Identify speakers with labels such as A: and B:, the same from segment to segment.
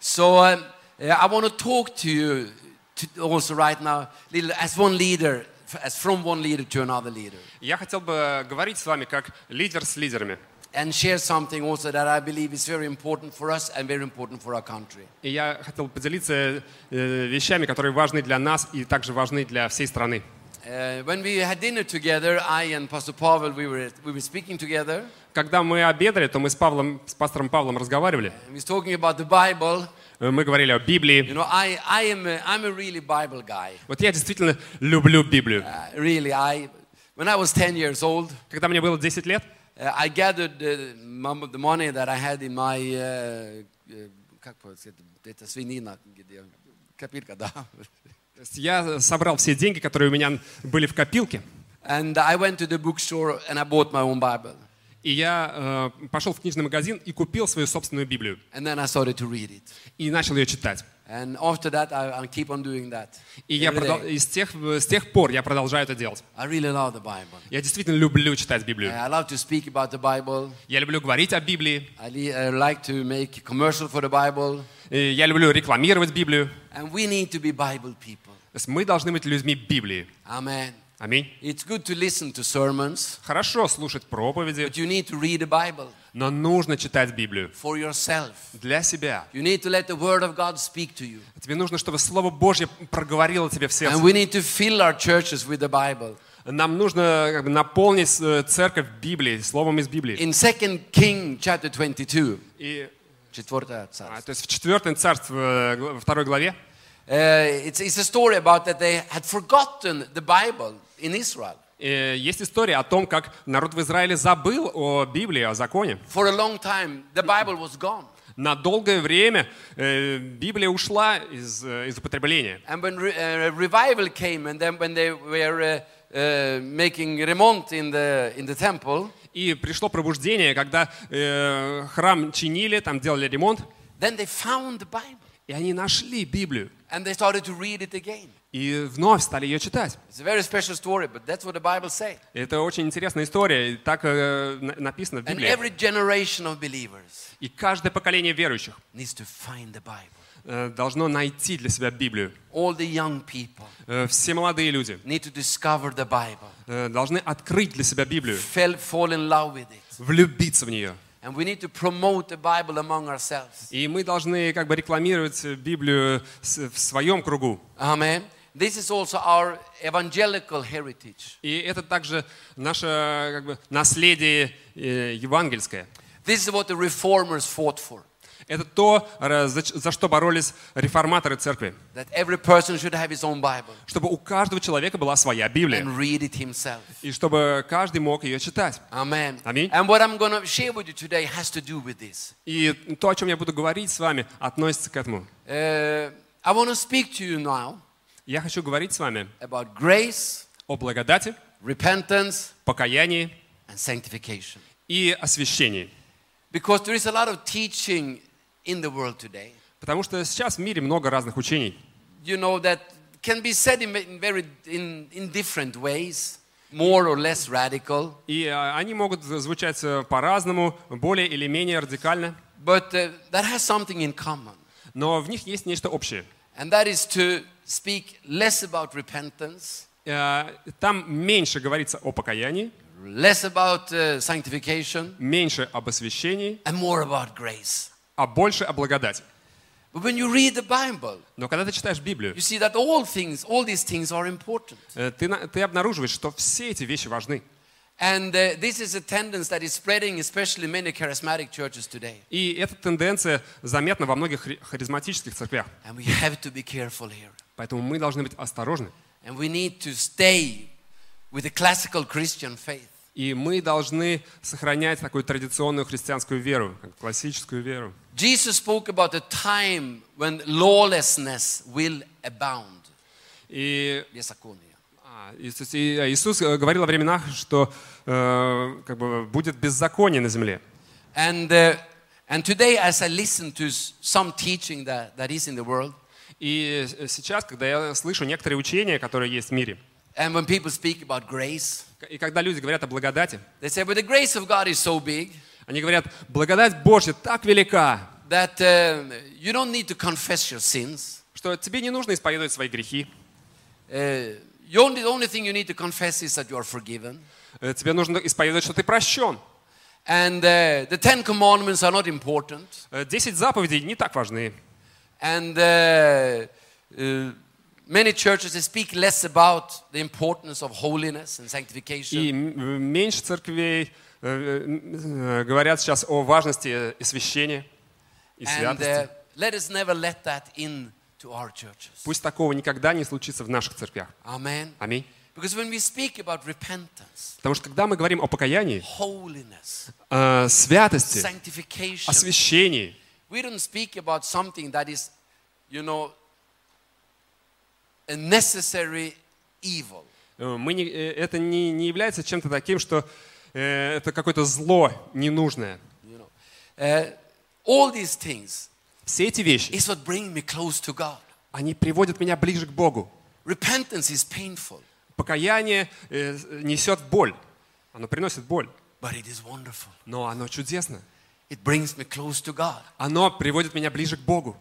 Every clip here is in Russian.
A: So um, uh, I want to talk to you to also right now, little, as one leader, f- as from one leader to another leader,
B: Я хотел бы говорить с вами как лидер с лидерами.
A: and share something also that I believe is very important for us and very important for our country.
B: И я хотел поделиться э, вещами, которые важны для нас и также важны для всей страны.
A: Uh, when we had dinner together, I and Pastor Pavel, we were, we were speaking together,
B: Когда мы обедали, то мы с, Павлом, с пастором Павлом разговаривали.
A: and we was talking about the Bible.
B: Э, Мы говорили о
A: You
B: Библии.
A: know, I, I am a, I'm a really Bible guy.
B: Вот я действительно люблю Библию.
A: Uh, really, I, when I was 10 years old,
B: Когда мне было 10 лет,
A: Uh, I gathered uh, mum- the money that I had in my uh, uh, как бы сказать, это свинина, где копилка, да.
B: я собрал все деньги, которые у меня были в копилке,
A: And I went to the bookstore and I bought my own Bible.
B: и я э, пошел в книжный магазин и купил свою собственную Библию.
A: And then I started to read it.
B: И начал ее читать.
A: And after that, I, I keep on doing that.
B: И, я
A: every
B: продол-
A: day.
B: и с, тех, э, с тех пор я продолжаю это делать.
A: I really love the Bible.
B: Я действительно люблю читать Библию.
A: I love to speak about the Bible.
B: Я люблю говорить о Библии.
A: I, li- I like to make commercial for the Bible.
B: Э, Я люблю рекламировать Библию.
A: And we need to be Bible people.
B: То есть мы должны быть людьми Библии.
A: Amen.
B: Аминь.
A: It's good to listen to sermons,
B: Хорошо слушать проповеди,
A: but you need to read the Bible
B: но нужно читать Библию
A: for yourself.
B: для себя.
A: You need to let the word of God speak to you.
B: Тебе нужно, чтобы Слово Божье проговорило тебе в
A: And
B: сердце.
A: we need to fill our churches with the Bible.
B: Нам нужно как бы, наполнить э, церковь Библией, словом из Библии.
A: In 2 King chapter 22,
B: И,
A: четвёртое
B: а,
A: царство,
B: то есть в четвертом царстве, э, гла- во второй главе,
A: uh, it's, it's a story about that they had forgotten the Bible in Israel
B: э, есть история о том, как народ в Израиле забыл о Библии, о законе.
A: for a long time. The Bible was gone.
B: На долгое время э, Библия ушла из, э, из употребления.
A: And when re- uh, revival came, and then when they were uh, uh, making remont in the in the temple,
B: И пришло пробуждение, когда э, храм чинили, там делали ремонт,
A: then they found the Bible
B: и они нашли Библию
A: and they started to read it again.
B: и вновь стали ее читать.
A: It's a very special story, but that's what the Bible says.
B: Это очень интересная история, и так э, на- написано в
A: And
B: Библии.
A: every generation of believers
B: И каждое поколение верующих
A: needs to find the Bible.
B: э, должно найти для себя Библию.
A: All the young people
B: Э, все молодые люди
A: need to discover the Bible,
B: э, должны открыть для себя Библию,
A: fell, fall in love with it.
B: влюбиться в нее.
A: And we need to promote the Bible among ourselves.
B: И мы должны как бы рекламировать э, Библию с- в своем кругу.
A: Amen. This is also our evangelical heritage.
B: И это также наше как бы, наследие э, евангельское.
A: This is what the reformers fought for
B: Это то, ра- за, ч- за что боролись реформаторы церкви.
A: that every person should have his own Bible
B: Чтобы у каждого человека была своя Библия.
A: and read it himself.
B: И чтобы каждый мог ее читать.
A: Amen.
B: Amen.
A: And what I'm going to share with you today has to do with this.
B: И то, о чем я буду говорить с вами, относится к этому.
A: Uh, I want to speak to you now
B: Я хочу говорить с вами
A: about grace,
B: о благодати,
A: repentance,
B: покаянии
A: and sanctification.
B: и освящении.
A: Because there is a lot of teaching in the world today,
B: Потому что сейчас в мире много разных учений,
A: you know, that can be said in in very in, in different ways, more or less radical.
B: и э, они могут звучать э, по-разному, более или менее радикально,
A: But uh, that has something in common,
B: но в них есть нечто общее.
A: and that is to speak less about repentance,
B: Э, Там меньше говорится о покаянии,
A: less about uh, sanctification,
B: меньше об освящении,
A: and more about grace.
B: а больше о благодати.
A: But when you read the Bible,
B: Но когда ты читаешь Библию,
A: you see that all things, all these things are important.
B: э, ты, на- ты обнаруживаешь, что все эти вещи важны.
A: And uh, this is a tendency that is spreading, especially many charismatic churches today.
B: И эта тенденция заметна во многих хри- харизматических церквях.
A: And we have to be careful here.
B: Поэтому мы должны быть осторожны.
A: And we need to stay with the classical Christian faith.
B: И мы должны сохранять такую традиционную христианскую веру, как классическую веру.
A: Jesus spoke about a time when lawlessness will abound.
B: И,
A: Беззаконие.
B: а, Иисус, и, э, Иисус, э, говорил о временах, что э, как бы будет беззаконие на земле.
A: And, uh, and today, as I listen to s- some teaching that, that is in the world,
B: И э, сейчас, когда я слышу некоторые учения, которые есть в мире,
A: and when people speak about grace,
B: к- и когда люди говорят о благодати,
A: they say, but the grace of God is so big
B: Они говорят, благодать Божья так велика,
A: that uh, you don't need to confess your sins.
B: что тебе не нужно исповедовать свои грехи.
A: Uh, you only, the only thing you need to confess is that you are forgiven.
B: Э, Тебе нужно исповедовать, что ты прощен.
A: And uh, the Ten Commandments are not important.
B: Э, Десять заповедей не так важны.
A: And uh, uh, many churches they speak less about the importance of holiness and sanctification.
B: И м- м- меньше церквей э, э, э, говорят сейчас о важности э, и священия, и
A: And uh,
B: святости.
A: let us never let that in to our churches.
B: Пусть такого никогда не случится в наших церквях.
A: Amen.
B: Аминь.
A: Because when we speak about repentance,
B: Потому что когда мы говорим о покаянии,
A: holiness,
B: э, святости,
A: sanctification,
B: освящении,
A: we don't speak about something that is, you know, a necessary evil.
B: э, мы не- э, это не, не является чем-то таким, что э, это какое-то зло ненужное.
A: You know, Uh, all these things
B: Все эти вещи,
A: is what bring me close to God.
B: они приводят меня ближе к Богу.
A: Repentance is painful,
B: Покаяние э, несет боль. Оно приносит боль.
A: but it is wonderful.
B: Но оно чудесно.
A: It brings me close to God.
B: Оно приводит меня ближе к Богу.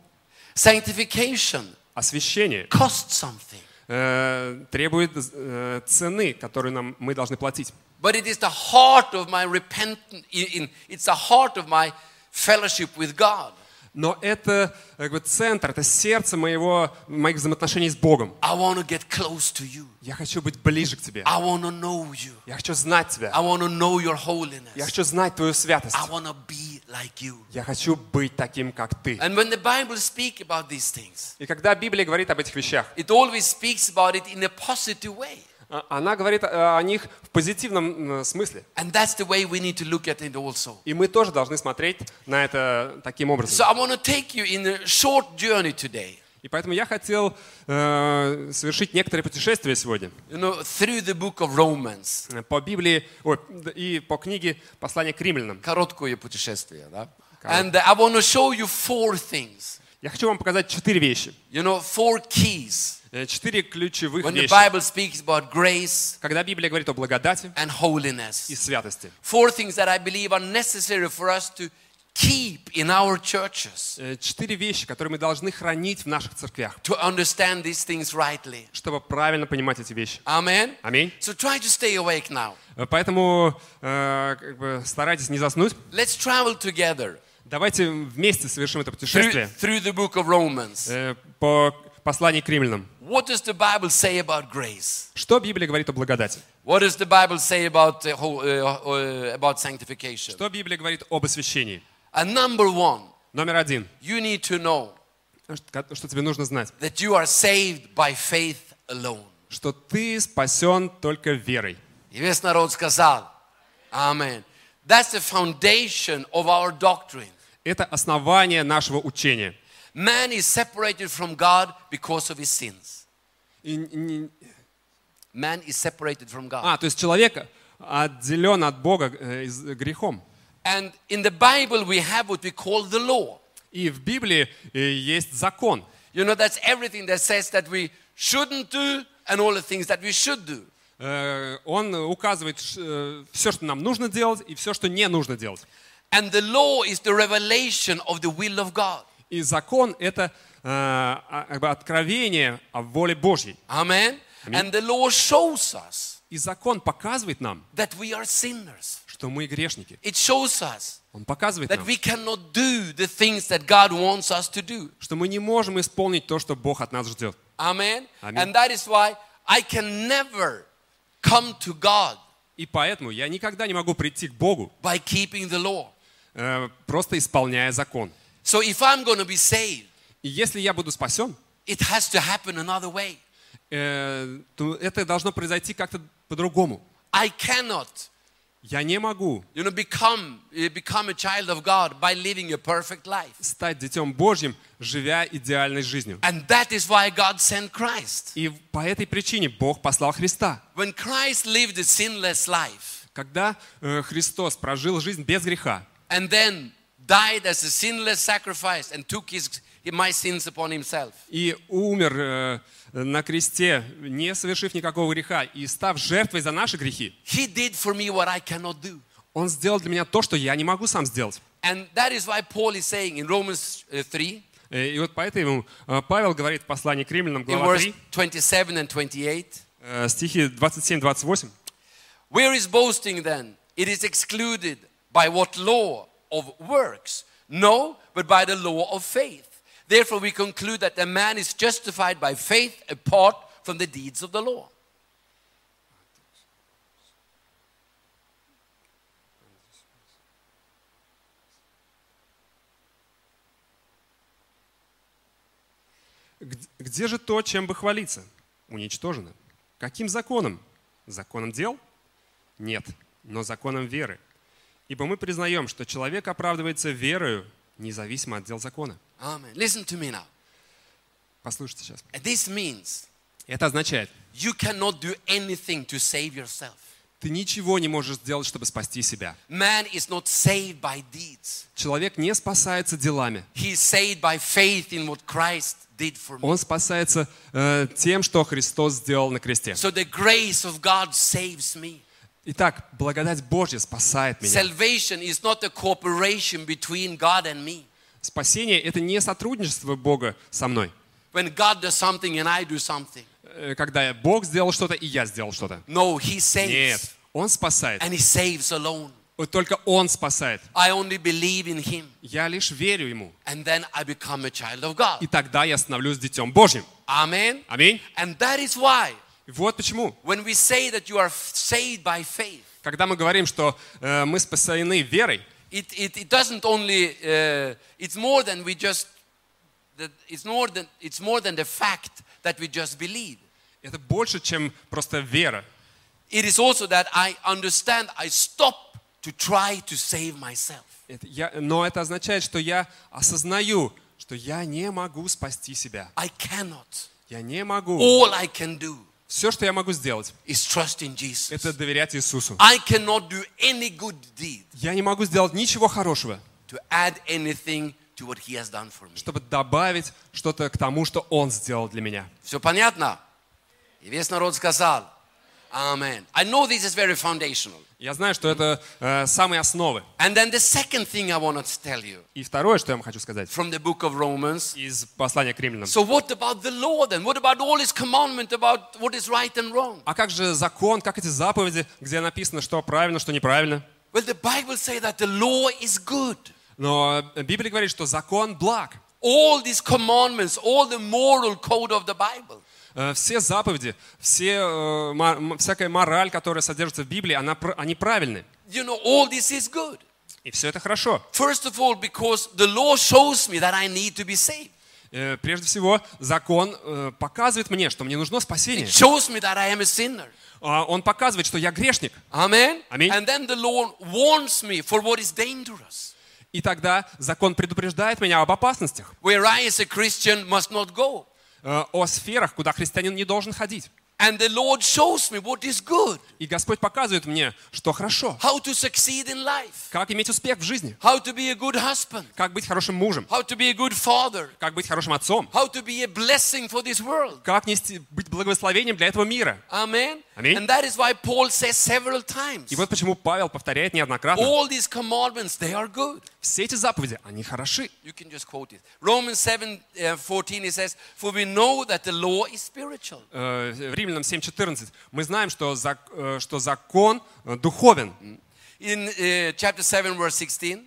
A: Sanctification
B: Освящение
A: costs something,
B: э, требует э, цены, которую нам, мы должны платить.
A: but it is the heart of my repentance. In, in- it's the heart of my fellowship with God.
B: Но это э, как бы, центр, это сердце моего, моих взаимоотношений с Богом.
A: I want to get close to you.
B: Я хочу быть ближе к Тебе.
A: I want to know you.
B: Я хочу знать
A: I
B: Тебя.
A: want to know your
B: Я
A: holiness.
B: хочу знать Твою святость.
A: I want to be like you.
B: Я хочу быть таким, как Ты.
A: And when the Bible speaks about these things,
B: И когда Библия говорит об этих вещах,
A: it always speaks about it in a positive way.
B: а- она говорит э, о них в позитивном э, смысле.
A: And that's the way we need to look at it also.
B: И мы тоже должны смотреть на это таким
A: So
B: образом.
A: I want to take you in a short journey today,
B: И поэтому я хотел э, совершить некоторые путешествия сегодня
A: you know, through the book of Romans.
B: э, по Библии ой, да, и по книге «Послание к римлянам».
A: Короткое путешествие, да?
B: Корот-
A: And uh, I want to show you four things,
B: Я хочу вам показать четыре вещи,
A: you know, four keys
B: э, четыре ключевых
A: when the
B: вещи.
A: Bible speaks about grace
B: Когда Библия говорит о благодати
A: and
B: и
A: holiness.
B: святости.
A: Four things that I believe are necessary for us to keep in our churches
B: Э, Четыре вещи, которые мы должны хранить в наших церквях,
A: to understand these things rightly.
B: чтобы правильно понимать эти вещи.
A: Amen.
B: Аминь.
A: So try to stay awake now.
B: Э, Поэтому э, как бы старайтесь не заснуть.
A: Let's travel together
B: Давайте вместе совершим это
A: through,
B: путешествие
A: through the book of Romans.
B: э, по посланию к римлянам.
A: What does the Bible say about grace?
B: Что Библия говорит о благодати?
A: What does the Bible say about, uh, ho- uh, uh, about sanctification?
B: Что Библия говорит об освящении?
A: And number one,
B: Номер один.
A: you need to know
B: Что что тебе нужно знать?
A: that you are saved by faith alone.
B: Что ты спасен только верой.
A: И весь народ сказал, Amen. That's the foundation of our doctrine.
B: Это основание нашего учения.
A: Man is separated from God because of his sins.
B: И не-
A: Man is separated from God.
B: А, то есть человек отделен от Бога э, из- грехом.
A: And in the Bible, we have what we call the law.
B: И в Библии э, есть закон.
A: You know, that's everything that says that we shouldn't do and all the things that we should do.
B: Э, Он указывает все, что нам нужно делать, и все, что не нужно делать.
A: And the law is the revelation of the will of God.
B: И закон — это э, а- как бы откровение о воле Божьей.
A: Amen.
B: Amen.
A: And the law shows us
B: И закон показывает нам,
A: that we are sinners.
B: что мы грешники.
A: It shows us
B: Он показывает
A: that
B: нам,
A: we cannot do the things that God wants us to do.
B: что мы не можем исполнить то, что Бог от нас ждет.
A: Amen.
B: Amen.
A: And that is why I can never come to God
B: И поэтому я никогда не могу прийти к Богу,
A: by keeping the law.
B: э, просто исполняя закон.
A: So if I'm going to be saved,
B: И если я буду спасен,
A: it has to happen another way.
B: э, то это должно произойти как-то по-другому.
A: I cannot,
B: Я не могу
A: you know, become eh, become a child of God by living a perfect life.
B: стать Детем Божьим, живя идеальной жизнью.
A: And that is why God sent Christ.
B: И по этой причине Бог послал Христа.
A: When Christ lived a sinless life
B: Когда э, Христос прожил жизнь без греха
A: and then died as a sinless sacrifice and took his my sins upon himself.
B: и умер э, на кресте, не совершив никакого греха, и став жертвой за наши грехи,
A: He did for me what I cannot do.
B: Он сделал для меня то, что я не могу сам сделать.
A: And that is why Paul is saying in Romans uh, 3,
B: Э, И вот поэтому э, Павел говорит в послании к римлянам,
A: in
B: глава
A: verse
B: 3,
A: 27 and 28,
B: э, стихи 27-28.
A: Where is boasting then? It is excluded by what law of works? No, but by the law of faith. Therefore, we conclude that a man is justified by faith apart from the deeds of the law.
B: «Г- «Где же то, чем бы хвалиться? Уничтожено. Каким законом? Законом дел? Нет, но законом веры. Ибо мы признаем, что человек оправдывается верою, независимо от дел закона.
A: Amen. Listen to me now.
B: Послушайте сейчас.
A: This means
B: Это означает,
A: you cannot do anything to save yourself.
B: ты ничего не можешь сделать, чтобы спасти себя.
A: Man is not saved by deeds,
B: Человек не спасается делами.
A: he is saved by faith in what Christ did for me.
B: Он спасается э, тем, что Христос сделал на кресте.
A: So the grace of God saves me.
B: Итак, благодать Божья спасает меня.
A: Salvation is not a cooperation between God and me.
B: Спасение — это не сотрудничество Бога со мной.
A: When God does something and I do something.
B: Э, Когда я- Бог сделал что-то, и я сделал что-то.
A: No, He saves.
B: Нет, Он спасает.
A: And He saves alone.
B: Вот Только Он спасает.
A: I only believe in Him.
B: Я лишь верю Ему.
A: And then I become a child of God.
B: И тогда я становлюсь Детем Божьим.
A: Amen.
B: Аминь.
A: And that is why
B: Вот почему.
A: when we say that you are f- saved by faith,
B: Когда мы говорим, что э, мы спасены верой,
A: it, it, it doesn't only, uh, it's more than we just, that it's, more than, it's more than the fact that we just believe.
B: это больше, чем просто вера.
A: It is also that I understand, I stop to try to save myself.
B: Это я- но это означает, что я осознаю, что я не могу спасти себя.
A: I cannot.
B: Я не могу.
A: All I can do
B: Все, что я могу сделать,
A: is trust in Jesus.
B: это доверять Иисусу.
A: I cannot do any good deed
B: Я не могу сделать ничего хорошего,
A: to add anything to what he has done for me.
B: чтобы добавить что-то к тому, что Он сделал для меня.
A: Все понятно? И весь народ сказал. Amen. I know this is very foundational.
B: Я знаю, что это э, самые основы.
A: And then the second thing I want to tell you
B: И второе, что я вам хочу сказать,
A: from the book of Romans.
B: из послания к римлянам.
A: So what about the law then? What about all his commandment about what is right and wrong?
B: А как же закон, как эти заповеди, где написано, что правильно, что неправильно?
A: Well, the Bible say that the law is good.
B: Но э, Библия говорит, что закон благ.
A: All these commandments, all the moral code of the Bible.
B: Э, Все заповеди, все, э, ма- м- всякая мораль, которая содержится в Библии, она, пр- они правильны.
A: You know, all this is good.
B: И все это хорошо.
A: First of all, because the law shows me that I need to be saved.
B: Э, Прежде всего, закон э, показывает мне, что мне нужно спасение.
A: It shows me that I am a sinner.
B: А Он показывает, что я грешник.
A: Amen.
B: Amen.
A: And then the law warns me for what is dangerous,
B: И тогда закон предупреждает меня об опасностях,
A: where I, as a Christian, must not go.
B: э, о сферах, куда христианин не должен ходить.
A: And the Lord shows me what is good,
B: И Господь показывает мне, что хорошо,
A: how to succeed in life,
B: как иметь успех в жизни,
A: how to be a good husband,
B: как быть хорошим мужем,
A: how to be a good father,
B: как быть хорошим отцом,
A: how to be a blessing for this world.
B: как нести, быть благословением для этого мира.
A: Amen.
B: Amen.
A: And that is why Paul says several times
B: И вот почему Павел повторяет неоднократно,
A: all these commandments, they are good.
B: все эти заповеди, они хороши.
A: You can just quote it. Romans 7 uh, 14, it says, For we know that the law is spiritual.
B: Э, в Римлянам 7.14 мы знаем, что, зак- э, что закон э, духовен.
A: In uh, chapter 7, verse 16,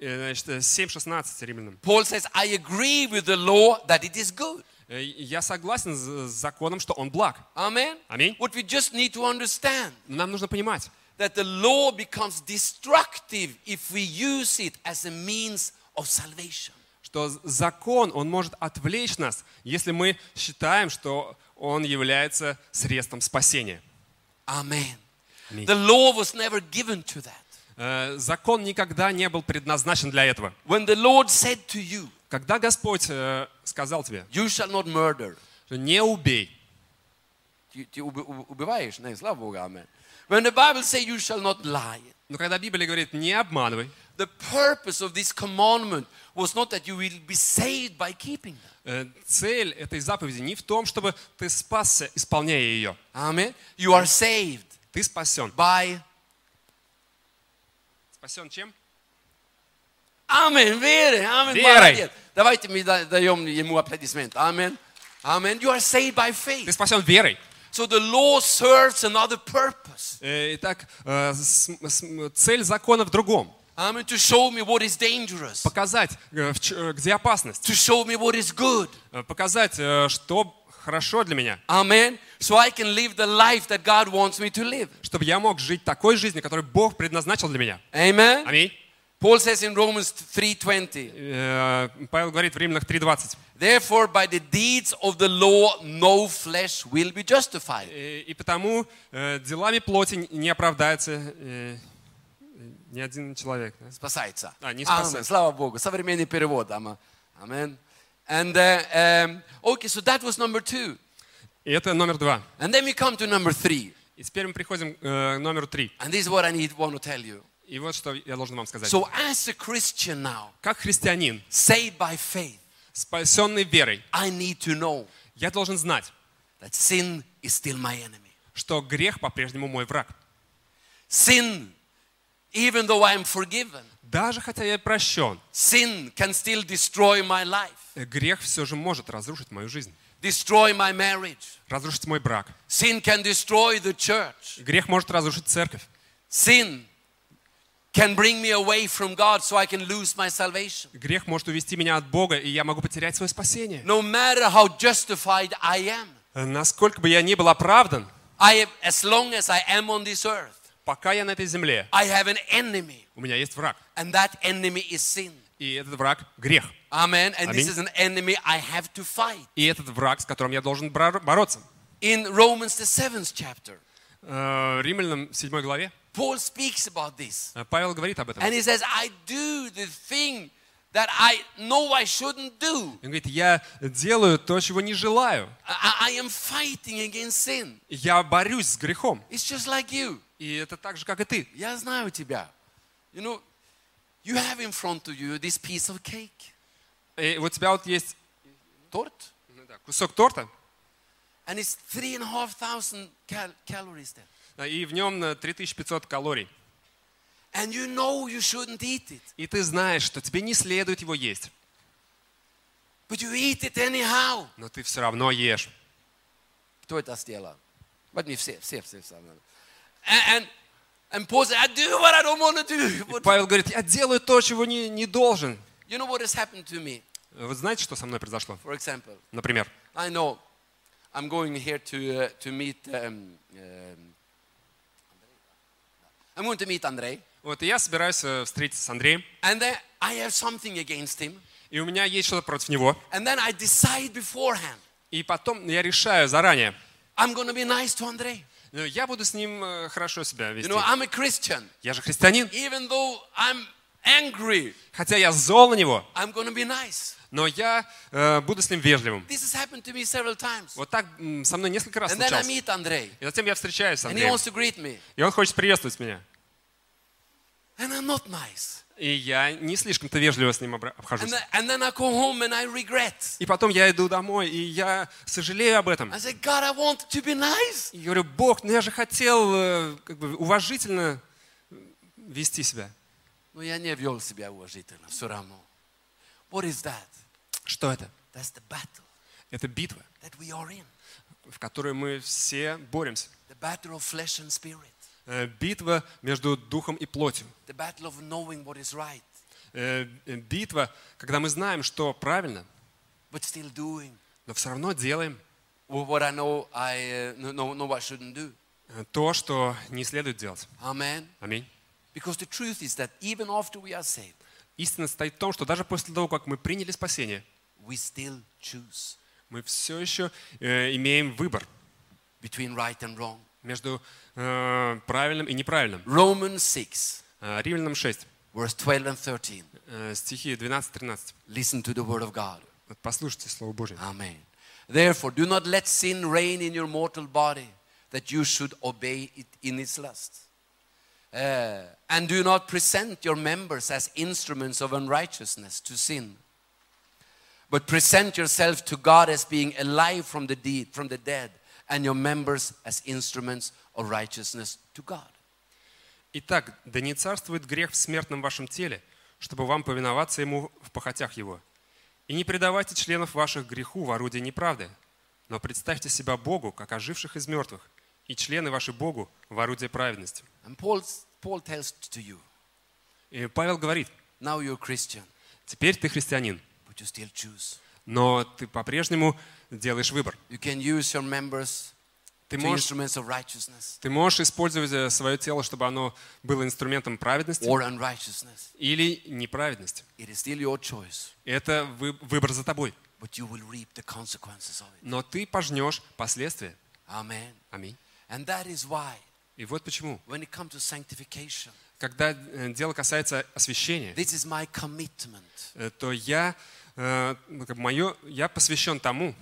B: Э, значит, э, 7.16 Римлянам.
A: Paul says, I agree with the law that it is good.
B: Э, Я согласен с с законом, что он благ.
A: Amen.
B: Amen.
A: What we just need to understand
B: Но нам нужно понимать,
A: that the law becomes destructive if we use it as a means of salvation.
B: что з- закон, он может отвлечь нас, если мы считаем, что он является средством спасения.
A: Amen.
B: Amen.
A: The law was never given to that.
B: Э, Закон никогда не был предназначен для этого.
A: When the Lord said to you,
B: Когда Господь э, сказал тебе,
A: You shall not murder.
B: что не убей,
A: Ты- ты уб- уб- убиваешь? Не, слава Богу, amen. When the Bible says you shall not lie,
B: но когда Библия говорит, не обманывай,
A: the purpose of this commandment was not that you will be saved by keeping them.
B: э, цель этой заповеди не в том, чтобы ты спасся, исполняя ее.
A: Amen. You are saved
B: Ты спасен
A: by
B: Спасен чем?
A: Amen, верой, amen,
B: Верой.
A: молодец. Давайте мы да- даем ему аплодисмент. Amen, amen. You are saved by
B: Ты
A: faith.
B: спасен верой.
A: So the law serves another purpose.
B: Э, Итак, э, с- с- цель закона в другом.
A: Amen, to show me what is dangerous.
B: Показать, э, в ч- э, где опасность.
A: To show me what is good.
B: Э, Показать, э, что хорошо для меня.
A: Amen. So I can live the life that God wants me to live.
B: Чтобы я мог жить такой жизнью, которую Бог предназначил для меня.
A: Amen.
B: Аминь.
A: Paul says in Romans 3:20,
B: Э, Павел говорит в Римлянах 3.20.
A: therefore by the deeds of the law no flesh will be justified.
B: Э, И потому э, делами плоти не оправдается э, ни один человек. да?
A: Спасается.
B: А, не
A: Amen.
B: спасается.
A: Слава Богу. Современный перевод. Ама- Amen. And uh, um, okay, so that was number two.
B: И это номер два.
A: And then we come to number three.
B: И теперь мы приходим э, к номеру три.
A: And this is what I need want to tell you.
B: И вот что я должен вам сказать.
A: So as a Christian now,
B: Как христианин,
A: saved by faith,
B: спасенный верой,
A: I need to know
B: я должен знать,
A: that sin is still my enemy.
B: что грех по-прежнему мой враг.
A: Sin, even though I am forgiven,
B: Даже хотя я и прощен,
A: sin can still destroy my life,
B: э, грех все же может разрушить мою жизнь,
A: destroy my marriage.
B: разрушить мой брак.
A: Sin can destroy the church.
B: Грех может разрушить церковь.
A: Sin can bring me away from God so I can lose my salvation.
B: Грех может увести меня от Бога, и я могу потерять свое спасение.
A: No matter how justified I am,
B: Э, Насколько бы я ни был оправдан,
A: I have, as long as I am on this earth,
B: пока я на этой земле,
A: I have an enemy,
B: у меня есть враг.
A: and that enemy is sin.
B: И этот враг — грех.
A: Amen. And this is
B: Amen.
A: an enemy I have to fight.
B: И этот враг, с которым я должен бра- бороться.
A: In Romans, the seventh chapter,
B: Э, Римлянам 7 главе
A: Paul speaks about this.
B: э, Павел говорит об этом.
A: And he says, I do the thing that I know I shouldn't do.
B: Он говорит, я делаю то, чего не желаю.
A: I, I am fighting against sin.
B: Я борюсь с грехом.
A: It's just like you.
B: И это так же, как и ты.
A: Я знаю тебя. You know, you have in front of you this piece of cake,
B: И вот у тебя вот есть
A: торт,
B: ну да, кусок торта,
A: and it's three and a half thousand cal- calories there.
B: а, и в нем э, 3500 калорий.
A: And you know you shouldn't eat it,
B: И ты знаешь, что тебе не следует его есть,
A: but you eat it anyhow.
B: но ты все равно ешь.
A: Кто это сделал? Вот не все, все, все, все. And, and, and Paul said, I do what I don't want to do.
B: И
A: But
B: Павел говорит, я делаю то, чего не, не должен.
A: you know what has happened to me,
B: Э, Вот знаете, что со мной произошло?
A: for example?
B: Например,
A: I know I'm going here to, uh, to meet um, um, I'm going to meet Andrei,
B: вот я собираюсь э, встретиться с Андреем,
A: and then I have something against him,
B: и у меня есть что-то против него.
A: and then I decide beforehand
B: И потом я решаю заранее,
A: I'm going to be nice to Andrei.
B: ну, я буду с ним э, хорошо себя
A: You
B: вести.
A: know, I'm a Christian.
B: Я же христианин,
A: Even though I'm angry,
B: хотя я зол на него,
A: I'm going to be nice.
B: но я э, буду с ним вежливым.
A: This has happened to me several times.
B: Вот так м, со мной несколько раз
A: And then I
B: случалось.
A: meet Andrei,
B: И затем я встречаюсь с
A: and he
B: Андреем,
A: wants to greet me,
B: и он хочет приветствовать меня.
A: and I'm not nice.
B: И я не слишком-то вежливо с ним обра- обхожусь.
A: And then, and then I go home and I regret.
B: И потом я иду домой, и я сожалею об этом.
A: I say, God, I want to be nice.
B: И говорю, Бог, ну я же хотел э, как бы уважительно э, вести себя.
A: Но я не вел себя уважительно, все равно. What is that?
B: Что это?
A: That's the battle
B: Это битва,
A: that we are in.
B: в которой мы все боремся.
A: The battle of flesh and spirit.
B: Э, Битва между духом и плотью.
A: The battle of knowing what is right,
B: Э, э, Битва, когда мы знаем, что правильно,
A: but still doing
B: но все равно делаем
A: what I know I uh, know, know I shouldn't do.
B: э, то, что не следует делать.
A: Amen.
B: Аминь.
A: Because the truth is that even after we are saved,
B: Истина стоит в том, что даже после того, как мы приняли спасение,
A: we still choose
B: мы все еще э, имеем выбор
A: between right and wrong.
B: между э, правильным и неправильным.
A: Romans 6,
B: Э, Римлянам 6,
A: verse 12 and 13.
B: э, стихи 12-13.
A: Listen to the word of God.
B: Вот Послушайте Слово Божье.
A: Amen. Therefore, do not let sin reign in your mortal body, that you should obey it in its lust. Uh, and do not present your members as instruments of unrighteousness to sin, but present yourself to God as being alive from the deed, from the dead, and your members as instruments of righteousness to God.
B: Итак, да не царствует грех в смертном вашем теле, чтобы вам повиноваться ему в похотях его. И не предавайте членов ваших греху в орудие неправды, но представьте себя Богу, как оживших из мертвых, и члены ваши Богу в орудие праведности.
A: And Paul, Paul tells to you,
B: И Павел говорит,
A: now you're a Christian,
B: теперь ты христианин,
A: but you still choose.
B: но ты по-прежнему делаешь выбор.
A: You can use your members
B: Ты
A: to
B: можешь,
A: instruments of righteousness
B: ты можешь использовать э, свое тело, чтобы оно было инструментом праведности
A: or unrighteousness.
B: или неправедности.
A: It is still your choice,
B: Это вы- выбор за тобой.
A: but you will reap the consequences of it.
B: Но ты пожнешь последствия.
A: Amen.
B: Аминь.
A: And that is why,
B: И вот почему.
A: when it comes to sanctification,
B: Когда э, дело касается освящения,
A: this is my commitment
B: э, то я, э, ну, как бы моё- я посвящен тому,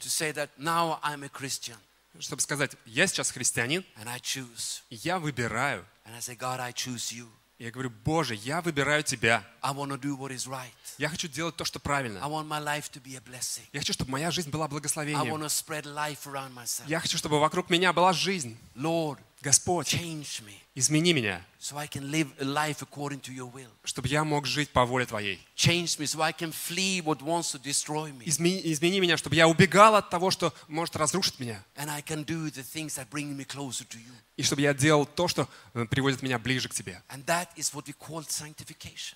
A: to say that now I'm a Christian
B: чтобы сказать, я сейчас христианин,
A: and I choose.
B: и я выбираю.
A: And I say, God, I choose you.
B: Я говорю, Боже, я выбираю Тебя.
A: I want to do what is right.
B: Я хочу делать то, что
A: I
B: правильно.
A: want my life to be a blessing.
B: Я хочу, чтобы моя жизнь была
A: I want
B: благословением.
A: to spread life around myself.
B: Я хочу, чтобы вокруг меня была жизнь.
A: Lord,
B: Господь,
A: change me
B: измени меня,
A: so I can live a life according to your will.
B: чтобы я мог жить по воле Твоей.
A: Change me so I can flee what wants to destroy me.
B: Измени, измени меня, чтобы я убегал от того, что может разрушить меня.
A: And I can do the things that bring me closer to you.
B: И чтобы я делал то, что э, приводит меня ближе к Тебе.
A: And that is what we call sanctification.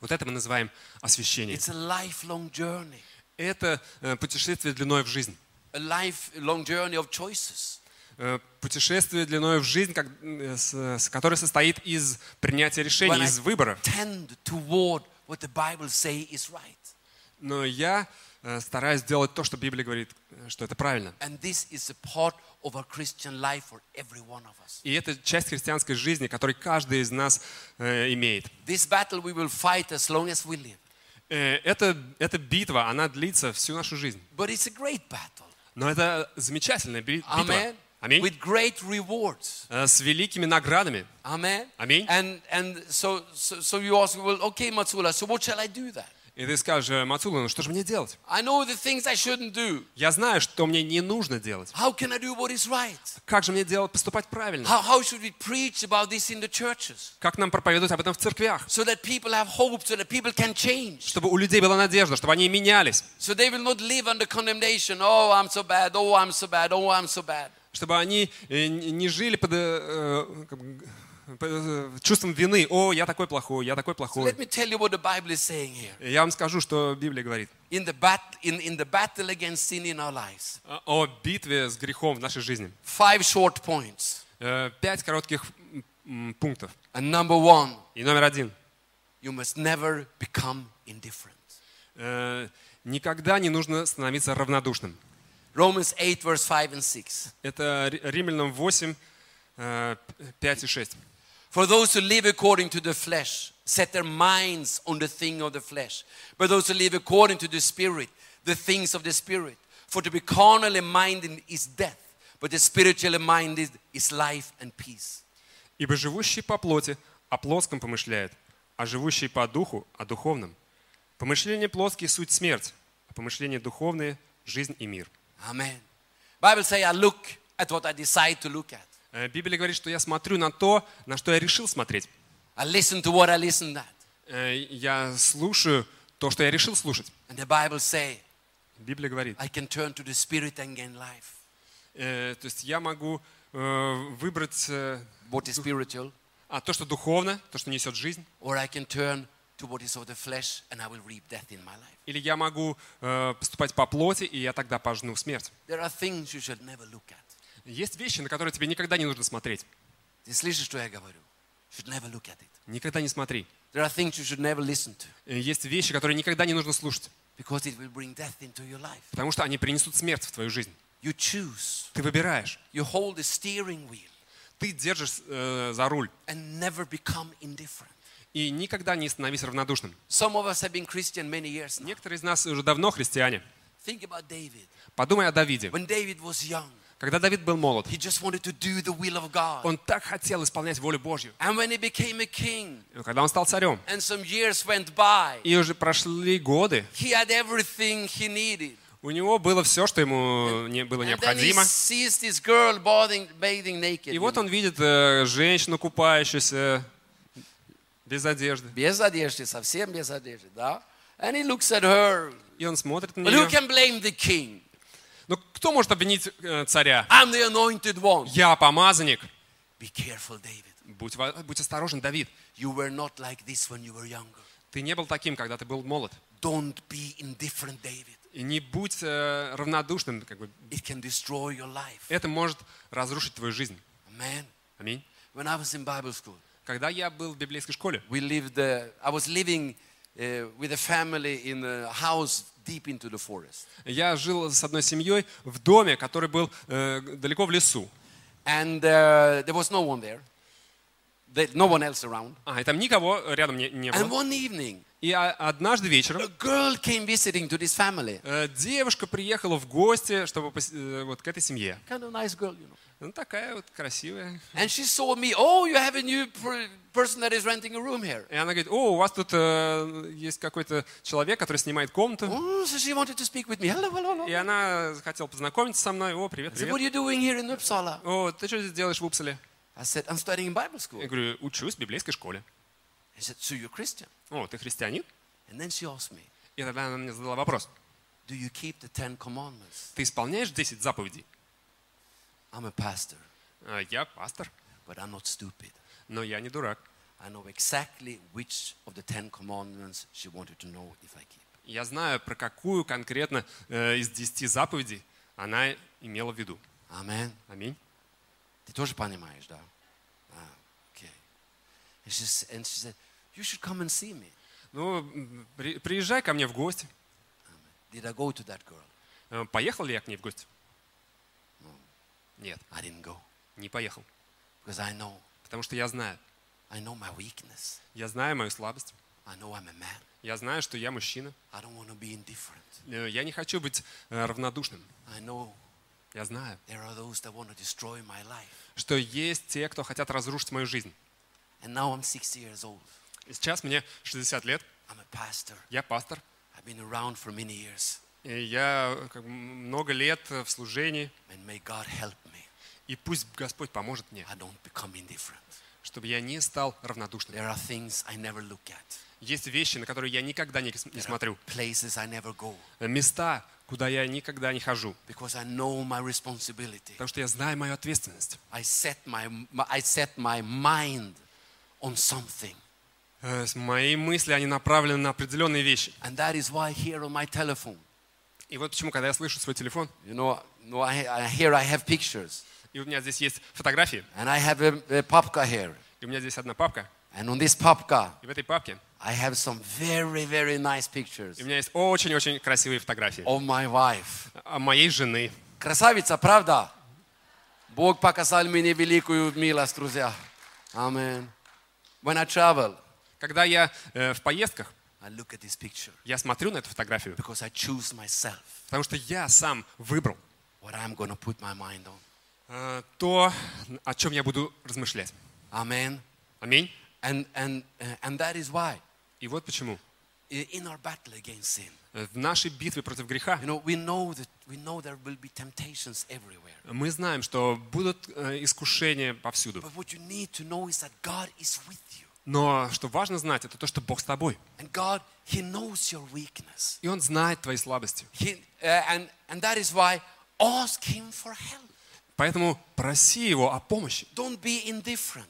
B: Вот это мы называем освящение.
A: It's a lifelong journey,
B: Это э, путешествие длиной в жизнь.
A: a lifelong journey of choices.
B: Э, Путешествие длиной в жизнь, как, э, с- с- которое состоит из принятия
A: When
B: решений,
A: I
B: из выбора.
A: tend toward what the Bible say is right.
B: Но я э, стараюсь делать то, что Библия говорит, э, что это правильно.
A: And this is a part of our Christian life for every one of us.
B: И это часть христианской жизни, которую каждый из нас э, имеет.
A: This battle we will fight as long as we live.
B: Э, это, эта битва, она длится всю нашу жизнь.
A: But it's a great battle.
B: Но это замечательная би- битва.
A: Amen.
B: Аминь.
A: With great rewards.
B: Э, С великими наградами.
A: Amen.
B: Amen.
A: And and so so, so you ask, well, okay, Matsula, so what shall I do then?
B: И ты скажешь, «Э, Мацула, ну что же мне делать?
A: I know the things I shouldn't do.
B: Я знаю, что мне не нужно делать. А
A: How can I do what is right?
B: Как же мне делать, поступать правильно?
A: How, how should we preach about this in the churches?
B: Как нам проповедовать об этом в церквях?
A: So that people have hope, so that people can change.
B: Чтобы у людей была надежда, чтобы они менялись,
A: So they will not live under condemnation. Oh, I'm so bad. Oh, I'm so bad. Oh, I'm so bad.
B: чтобы они э, н- не жили под э, э, как бы, г- под, э, чувством вины. О, я такой плохой, я такой плохой.
A: Let me tell you what the Bible is saying here.
B: Я вам скажу, что Библия говорит
A: In the, bat- in, in the battle against sin in our lives,
B: о э, о битве с грехом в нашей жизни.
A: five short points.
B: Э, Пять коротких м, м, пунктов.
A: And number one,
B: И номер один.
A: you must never become indifferent.
B: Э, Никогда не нужно становиться равнодушным.
A: Romans 8, verse 5 and 6.
B: Это Ри- Римлянам 8, э, 5 и 6.
A: For those who live according to the flesh set their minds on the thing of the flesh, but those who live according to the Spirit, the things of the Spirit. For to be carnally minded is death, but the spiritually minded is life and peace.
B: Ибо живущий по плоти о плоском помышляет, а живущий по духу о духовном. Помышление плоские – суть смерть, а помышление духовные – жизнь и мир.
A: Amen. Bible say I look at what I decide to look at.
B: Э, Библия говорит, что я смотрю на то, на что я решил смотреть.
A: I listen to what I listen at.
B: Э, Я слушаю то, что я решил слушать.
A: And the Bible say
B: Библия говорит.
A: I can turn to the Spirit and gain life.
B: Э, То есть я могу э, выбрать э,
A: What is spiritual,
B: а, то, что духовно, то, что несет жизнь,
A: or I can turn to what is of the flesh and I will reap death in my life.
B: или я могу э, поступать по плоти, и я тогда пожну смерть.
A: There are things you should never look at.
B: Есть вещи, на которые тебе никогда не нужно смотреть.
A: Ты слышишь, что я говорю? You should never look at it.
B: Никогда не смотри. Э,
A: There are things you should never listen to
B: Есть вещи, которые никогда не нужно слушать,
A: because it will bring death into your life.
B: потому что они принесут смерть в твою жизнь.
A: You choose.
B: Ты выбираешь.
A: You hold the steering wheel
B: Ты держишь э, за руль
A: and never become indifferent.
B: и никогда не становись равнодушным.
A: Some of us have been Christian many years now.
B: Некоторые из нас уже давно христиане.
A: Think about David.
B: Подумай о Давиде.
A: When David was young,
B: Когда Давид был молод,
A: he just wanted to do the will of God.
B: он так хотел исполнять волю Божью.
A: And when he became a king
B: Когда он стал царем,
A: and some years went by,
B: и уже прошли годы,
A: he had everything he needed.
B: У него было все, что ему не было
A: And then he
B: необходимо.
A: sees this girl bathing, bathing naked.
B: И
A: you
B: вот
A: know.
B: он видит э, женщину, купающуюся без одежды.
A: Без одежды, совсем без одежды, да? And he looks at her.
B: И он смотрит на
A: But who
B: нее.
A: can blame the king?
B: Ну, кто может обвинить э, царя?
A: I'm the anointed one.
B: Я помазанник.
A: Be careful, David.
B: Будь, во- будь осторожен, Давид.
A: You were not like this when you were younger.
B: Ты не был таким, когда ты был молод.
A: Don't be indifferent, David.
B: И не будь э, равнодушным. Как бы.
A: It can destroy your life.
B: Это может разрушить твою жизнь.
A: Amen.
B: Аминь.
A: When I was in Bible school,
B: Когда я был в библейской школе,
A: we lived. Uh, I was living uh, with a family in a house deep into the forest,
B: я жил с одной семьей в доме, который был э, далеко в лесу.
A: and uh, there was no one there. There- no one else around.
B: А, и там никого рядом не, не
A: And
B: было.
A: one evening,
B: И а, однажды вечером
A: a girl came visiting to this family.
B: э, девушка приехала в гости, чтобы пос- э, вот к этой семье.
A: Kind of nice girl, you know.
B: Ну, такая вот красивая.
A: And she saw me. Oh, you have a new per- person that is renting a room here.
B: И она говорит, о, у вас тут э, есть какой-то человек, который снимает комнату.
A: Oh, so she wanted to speak with me. Hello, hello, hello.
B: И она хотела познакомиться со мной. О, привет,
A: I said, what
B: привет.
A: are you doing here in Uppsala?
B: О, ты что здесь делаешь в Упселе?
A: I said, I'm studying in Bible school.
B: Я говорю, учусь в библейской школе.
A: He said, so you're Christian?
B: О, ты христианин?
A: And then she asked me,
B: И тогда она мне задала вопрос.
A: do you keep the Ten Commandments?
B: Ты исполняешь 10 заповедей?
A: I'm a pastor,
B: А, Я пастор,
A: but I'm not stupid.
B: но я не дурак.
A: I know exactly which of the Ten Commandments she wanted to know if I keep.
B: Я знаю, про какую конкретно э, из 10 заповедей она имела в виду.
A: Amen.
B: Аминь.
A: Ты тоже понимаешь, да? Ah, okay. And she, s- and she said, you should come and see me.
B: Ну, м, при- приезжай ко мне в гости.
A: Did I go to that girl?
B: Э, Поехал ли я к ней в гости? Нет,
A: I didn't go
B: не поехал.
A: because I know,
B: Потому что я знаю.
A: I know my weakness.
B: Я знаю мою слабость.
A: I know I'm a man.
B: Я знаю, что я мужчина.
A: I don't want to be indifferent.
B: Э, Я не хочу быть э, равнодушным.
A: I know
B: Я знаю,
A: there are those that want to destroy my life.
B: что есть те, кто хотят разрушить мою жизнь.
A: And now I'm 60 years old.
B: Сейчас мне 60 лет,
A: I'm a pastor.
B: я пастор.
A: I've been around for many years.
B: И я э, как бы, много лет э, в служении.
A: And may God help me.
B: И пусть Господь поможет мне,
A: I don't become indifferent.
B: чтобы я не стал равнодушным.
A: There are things I never look at.
B: Есть вещи, на которые я никогда не не смотрю.
A: Places I never go
B: Места, куда я никогда не хожу.
A: because I know my responsibility.
B: Потому что я знаю мою ответственность.
A: I set my, my I set my mind on something.
B: Э, с- Мои мысли, они направлены на определенные вещи.
A: And that is why here on my telephone,
B: И вот почему, когда я слышу свой телефон,
A: you know, no, I, I, here I have pictures
B: и у меня здесь есть фотографии,
A: and I have a, a papka here.
B: и у меня здесь одна папка,
A: And on this papka,
B: и в этой папке
A: I have some very, very nice pictures
B: у меня есть очень-очень красивые фотографии
A: of my wife.
B: о моей жены.
A: Красавица, правда? Бог показал мне великую милость, друзья. Amen. When I travel,
B: Когда я э, в поездках,
A: I look at this picture
B: я смотрю на эту фотографию,
A: because I choose myself
B: потому что я сам выбрал
A: what I'm going to put my mind on.
B: э, то, о чем я буду размышлять.
A: Amen.
B: Аминь.
A: And, and, uh, and that is why
B: И вот почему.
A: i- in our battle against sin,
B: Э, В нашей битве против греха
A: you know, we know that we know there will be temptations everywhere.
B: мы знаем, что будут э, искушения повсюду.
A: But what you need to know is that God is with you.
B: Но что важно знать, это то, что Бог с тобой.
A: And God, He knows your weakness.
B: И Он знает твои слабости.
A: He, uh, and, and that is why ask him for help.
B: Поэтому проси Его о помощи.
A: Don't be indifferent.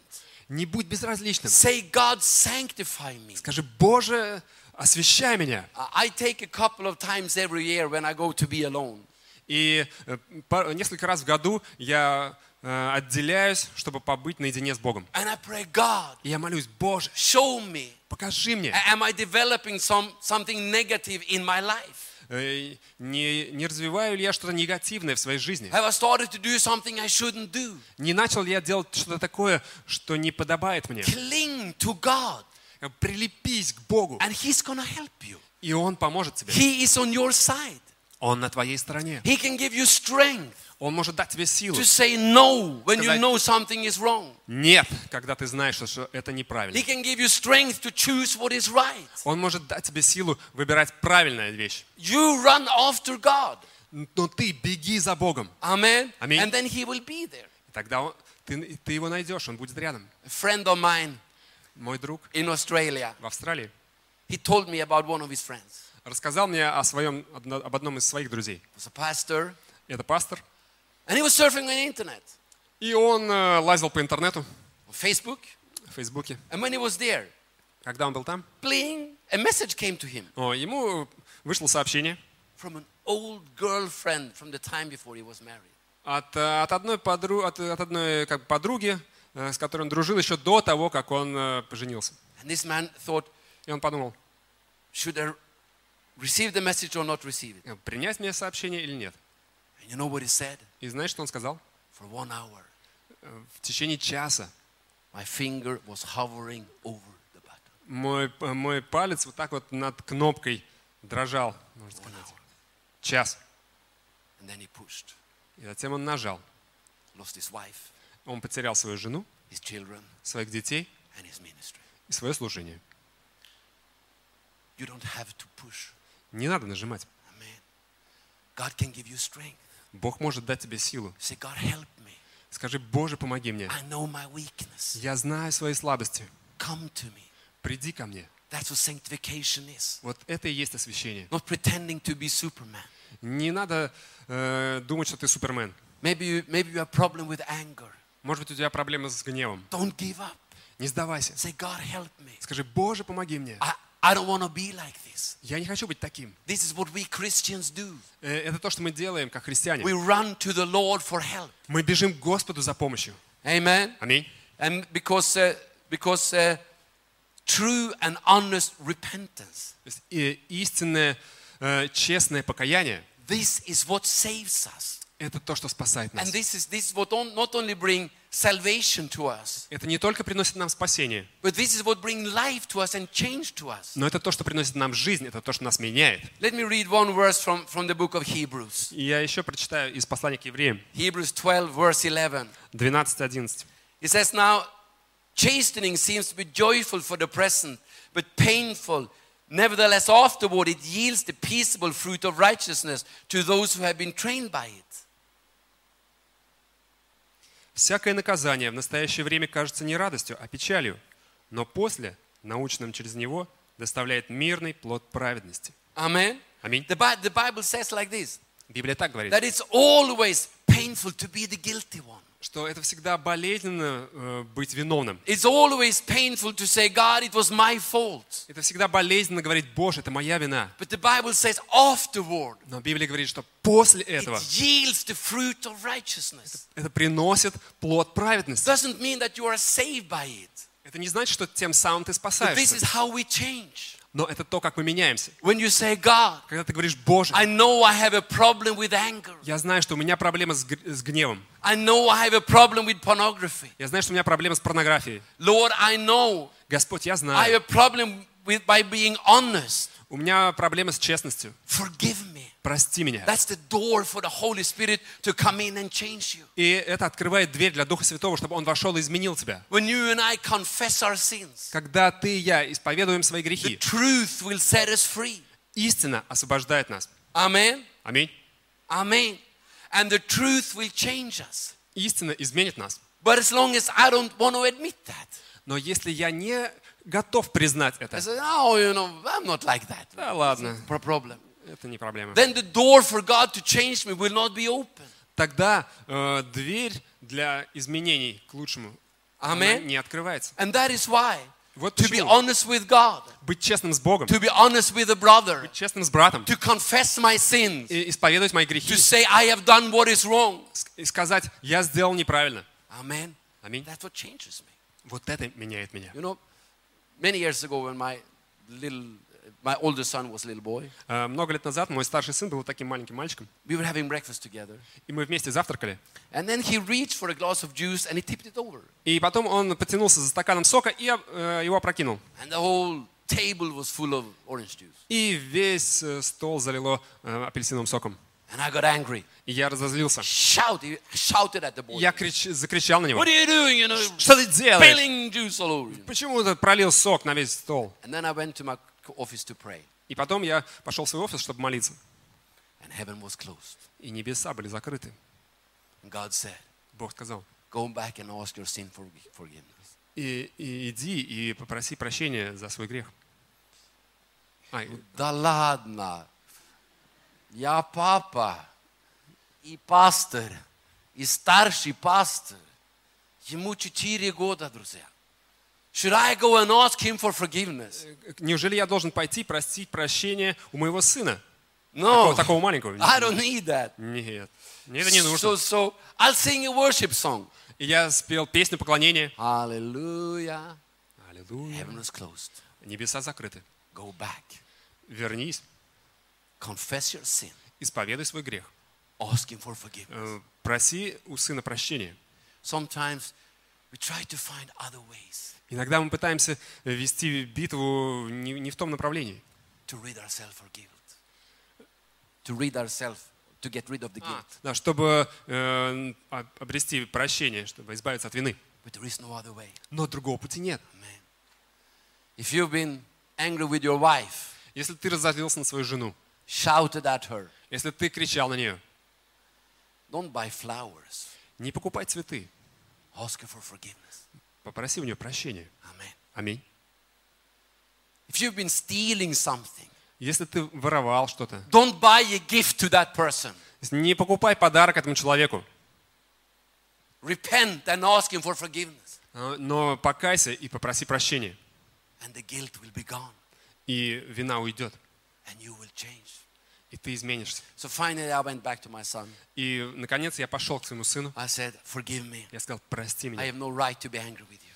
B: Не будь безразличным.
A: Say, God, sanctify me.
B: Скажи, Боже, освящай меня.
A: I I take a couple of times every year when I go to be alone.
B: И э, пар- несколько раз в году я э, отделяюсь, чтобы побыть наедине с Богом.
A: And I pray, God,
B: И я молюсь, Боже,
A: show me.
B: покажи мне,
A: A- Am I developing some, something negative in my life?
B: э, не, не развиваю ли я что-то негативное в своей жизни?
A: Have I started to do something I shouldn't do?
B: Не начал ли я делать что-то такое, что не подобает мне?
A: Cling to God,
B: Э, Прилепись к Богу,
A: and He's going to help you.
B: и Он поможет тебе.
A: He is on your side.
B: Он на твоей стороне.
A: He can give you strength
B: Он может дать тебе силу.
A: to say no when you
B: Сказать-
A: know something is wrong.
B: Нет, когда ты знаешь, что- что это
A: He
B: неправильно.
A: can give you strength to choose what is right.
B: Он может дать тебе силу выбирать правильную вещь.
A: You run after God.
B: Но ты беги за Богом.
A: Amen.
B: Amen.
A: And then He will be there.
B: И Тогда он- ты, ты его найдешь, он будет рядом.
A: A friend of mine
B: Мой друг
A: in Australia,
B: в Австралии
A: he told me about one of his friends.
B: рассказал мне о своем, одно- об одном из своих друзей.
A: He was a pastor,
B: Это пастор.
A: and he was surfing on the internet,
B: И он э, лазил по интернету
A: on Facebook.
B: в Фейсбуке.
A: And when he was there,
B: Когда он был там,
A: playing, a message came to him
B: о, ему вышло сообщение
A: from an old girlfriend from the time before he was married.
B: от, э, от одной, подру- от, от одной как бы, подруги, э, с которой он дружил еще до того, как он э, поженился.
A: And this man thought,
B: И он подумал,
A: should I receive the message or not receive it?
B: э, принять мне сообщение или нет.
A: And you know what he said?
B: И знаешь, что он сказал?
A: For one hour,
B: Э, В течение часа
A: my finger was hovering over the button.
B: мой, э, мой палец вот так вот над кнопкой дрожал, можно
A: One
B: сказать.
A: hour.
B: Час.
A: And then he pushed,
B: И затем он нажал.
A: lost his wife,
B: Он потерял свою жену,
A: his children,
B: своих детей
A: and his ministry.
B: и свое служение.
A: You don't have to push.
B: Не надо нажимать.
A: Amen. God can give you strength.
B: Бог может дать тебе силу.
A: Say, God, help me.
B: Скажи, Боже, помоги мне.
A: I know my weakness.
B: Я знаю свои слабости.
A: Come to me.
B: Приди ко мне.
A: That's what sanctification is.
B: Вот это и есть освящение.
A: Not pretending to be Superman.
B: Не надо э, думать, что ты супермен.
A: Maybe you, maybe you have a problem with anger.
B: Может быть, у тебя проблемы с гневом.
A: Don't give up.
B: Не сдавайся.
A: Say, God, help me.
B: Скажи, Боже, помоги мне.
A: I, I don't want to be like this.
B: Я не хочу быть таким.
A: This is what we Christians do.
B: Э, Это то, что мы делаем, как
A: We
B: христиане.
A: run to the Lord for help.
B: Мы бежим к Господу за помощью.
A: Amen.
B: Аминь.
A: And because, uh, because uh, true and honest repentance,
B: То есть, э, истинное, э, честное покаяние
A: this is what saves us.
B: – это то, что спасает
A: And
B: нас.
A: this is, this is what on, not only bring salvation to us,
B: Это не только приносит нам спасение,
A: but this is what bring life to us and change to us.
B: но это то, что приносит нам жизнь, это то, что нас меняет.
A: Let me read one verse from, from the book of Hebrews.
B: И я еще прочитаю из послания к евреям
A: Hebrews 12, verse 11.
B: 12.11.
A: It says now, chastening seems to be joyful for the present, but painful. Nevertheless, afterward it yields the peaceable fruit of righteousness to those who have been trained by it.
B: «Всякое наказание в настоящее время кажется не радостью, а печалью, но после, научным через него, доставляет мирный плод праведности».
A: Amen.
B: Аминь.
A: The, Bi- the Bible says like this
B: Библия так говорит,
A: that it's always painful to be the guilty one.
B: что это всегда болезненно э, быть виновным.
A: It's always painful to say, God, it was my fault.
B: Это всегда болезненно говорить, Боже, это моя вина.
A: But the Bible says afterward
B: Но Библия говорит, что после этого
A: it yields the fruit of righteousness.
B: это приносит плод праведности.
A: Doesn't mean that you are saved by it.
B: Это не значит, что тем самым ты
A: But this is
B: спасаешься,
A: how we change.
B: но это то, как мы меняемся.
A: When you say, God,
B: Когда ты говоришь, Боже,
A: I know I have a problem with anger.
B: я знаю, что у меня проблема с гр- с гневом.
A: I know I have a problem with pornography.
B: Я знаю, что у меня проблема с порнографией.
A: Lord, I know
B: Господь, я
A: I
B: знаю.
A: have a problem with by being honest.
B: У меня проблема с честностью.
A: Forgive me.
B: Прости меня.
A: That's the door for the Holy Spirit to come in and change you.
B: И это открывает дверь для Духа Святого, чтобы Он вошел и изменил тебя.
A: When you and I confess our sins,
B: Когда ты и я исповедуем свои
A: the
B: грехи,
A: truth will set us free.
B: истина освобождает нас.
A: Amen.
B: Аминь.
A: Amen. And the truth will change us.
B: Истина изменит нас.
A: But as long as I don't want to admit that,
B: Но если я не готов признать
A: I
B: это,
A: say, oh, you know, I'm not like that.
B: да ладно,
A: Pro- problem.
B: это не проблема.
A: Then the door for God to change me will not be open.
B: Тогда э, дверь для изменений к лучшему она
A: Amen.
B: не открывается.
A: And that is why
B: Вот
A: to be
B: почему.
A: honest with God,
B: Быть честным с Богом,
A: to be honest with a brother,
B: честным с братом,
A: to confess my sins,
B: и исповедовать мои грехи,
A: to say I have done what is wrong.
B: ск- и сказать, я сделал неправильно.
A: Amen.
B: Аминь.
A: That's what changes me.
B: Вот это меняет меня.
A: You know, many years ago when my little, my older son was a little boy,
B: Э, Много лет назад мой старший сын был вот таким маленьким мальчиком,
A: we were having breakfast together,
B: и мы вместе завтракали.
A: and then he reached for a glass of juice and he tipped it over,
B: И потом он потянулся за стаканом сока и э, его опрокинул.
A: and the whole table was full of orange juice.
B: И весь э, стол залило э, апельсиновым соком.
A: And I got angry.
B: И я разозлился.
A: Shouted, shouted at the boy.
B: Я крич- закричал на него.
A: What are you doing? You know,
B: Что ты делаешь?
A: spilling juice all over you.
B: Почему ты пролил сок на весь стол?
A: And then I went to my office to pray,
B: И потом я пошел в свой офис, чтобы молиться.
A: and heaven was closed.
B: И небеса были закрыты.
A: And God said,
B: Бог сказал,
A: Go back and ask your sin for forgiveness.
B: и, и иди и попроси прощения за свой грех. А, и-
A: Да ладно. Я папа и пастор, и старший пастор. Ему четыре года, друзья. Should I go and ask him for forgiveness?
B: неужели я должен пойти просить прощения у моего сына?
A: No,
B: Такого, такого маленького?
A: I don't need that.
B: Нет, мне это не
A: So,
B: нужно.
A: so I'll sing a worship song.
B: И Я спел песню поклонения.
A: Hallelujah.
B: Аллилуйя.
A: Heaven was closed.
B: Небеса закрыты.
A: Go back.
B: Вернись,
A: Confess your sin.
B: исповедай свой грех.
A: Ask him for forgiveness.
B: Э, Проси у сына прощения.
A: Sometimes we try to find other ways
B: Иногда мы пытаемся э, вести битву не, не в том направлении.
A: to rid ourselves of guilt. To rid ourselves, to get rid of the guilt.
B: Да, чтобы э, о- обрести прощение, чтобы избавиться от вины.
A: But there is no other way.
B: Но другого пути нет.
A: Amen. If you've been angry with your wife,
B: Если ты разозлился на свою жену,
A: shouted at her,
B: если ты кричал на нее,
A: don't buy flowers.
B: не покупай цветы,
A: Ask her for forgiveness.
B: попроси у нее прощения.
A: Amen.
B: Аминь.
A: If you've been stealing something,
B: Если ты воровал что-то,
A: don't buy a gift to that person.
B: не покупай подарок этому человеку,
A: Repent and ask him for forgiveness.
B: э, но покайся и попроси прощения.
A: And the guilt will be gone
B: И вина уйдет,
A: and you will change.
B: и ты изменишься.
A: So finally, I went back to my son.
B: И, наконец, я пошел к своему сыну.
A: I said, Forgive me.
B: Я сказал, прости
A: I
B: меня.
A: have no right to be angry with you.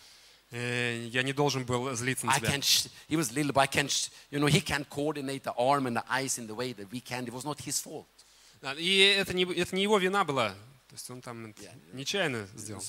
B: Э, Я не должен был злиться на
A: I
B: тебя.
A: can't, sh- he was little, but I can't, sh- you know, he can't coordinate the arm and the eyes in the way that we can. It was not his fault.
B: Да, а, И это не, это не его вина была. То есть он там это
A: Yeah.
B: нечаянно сделал.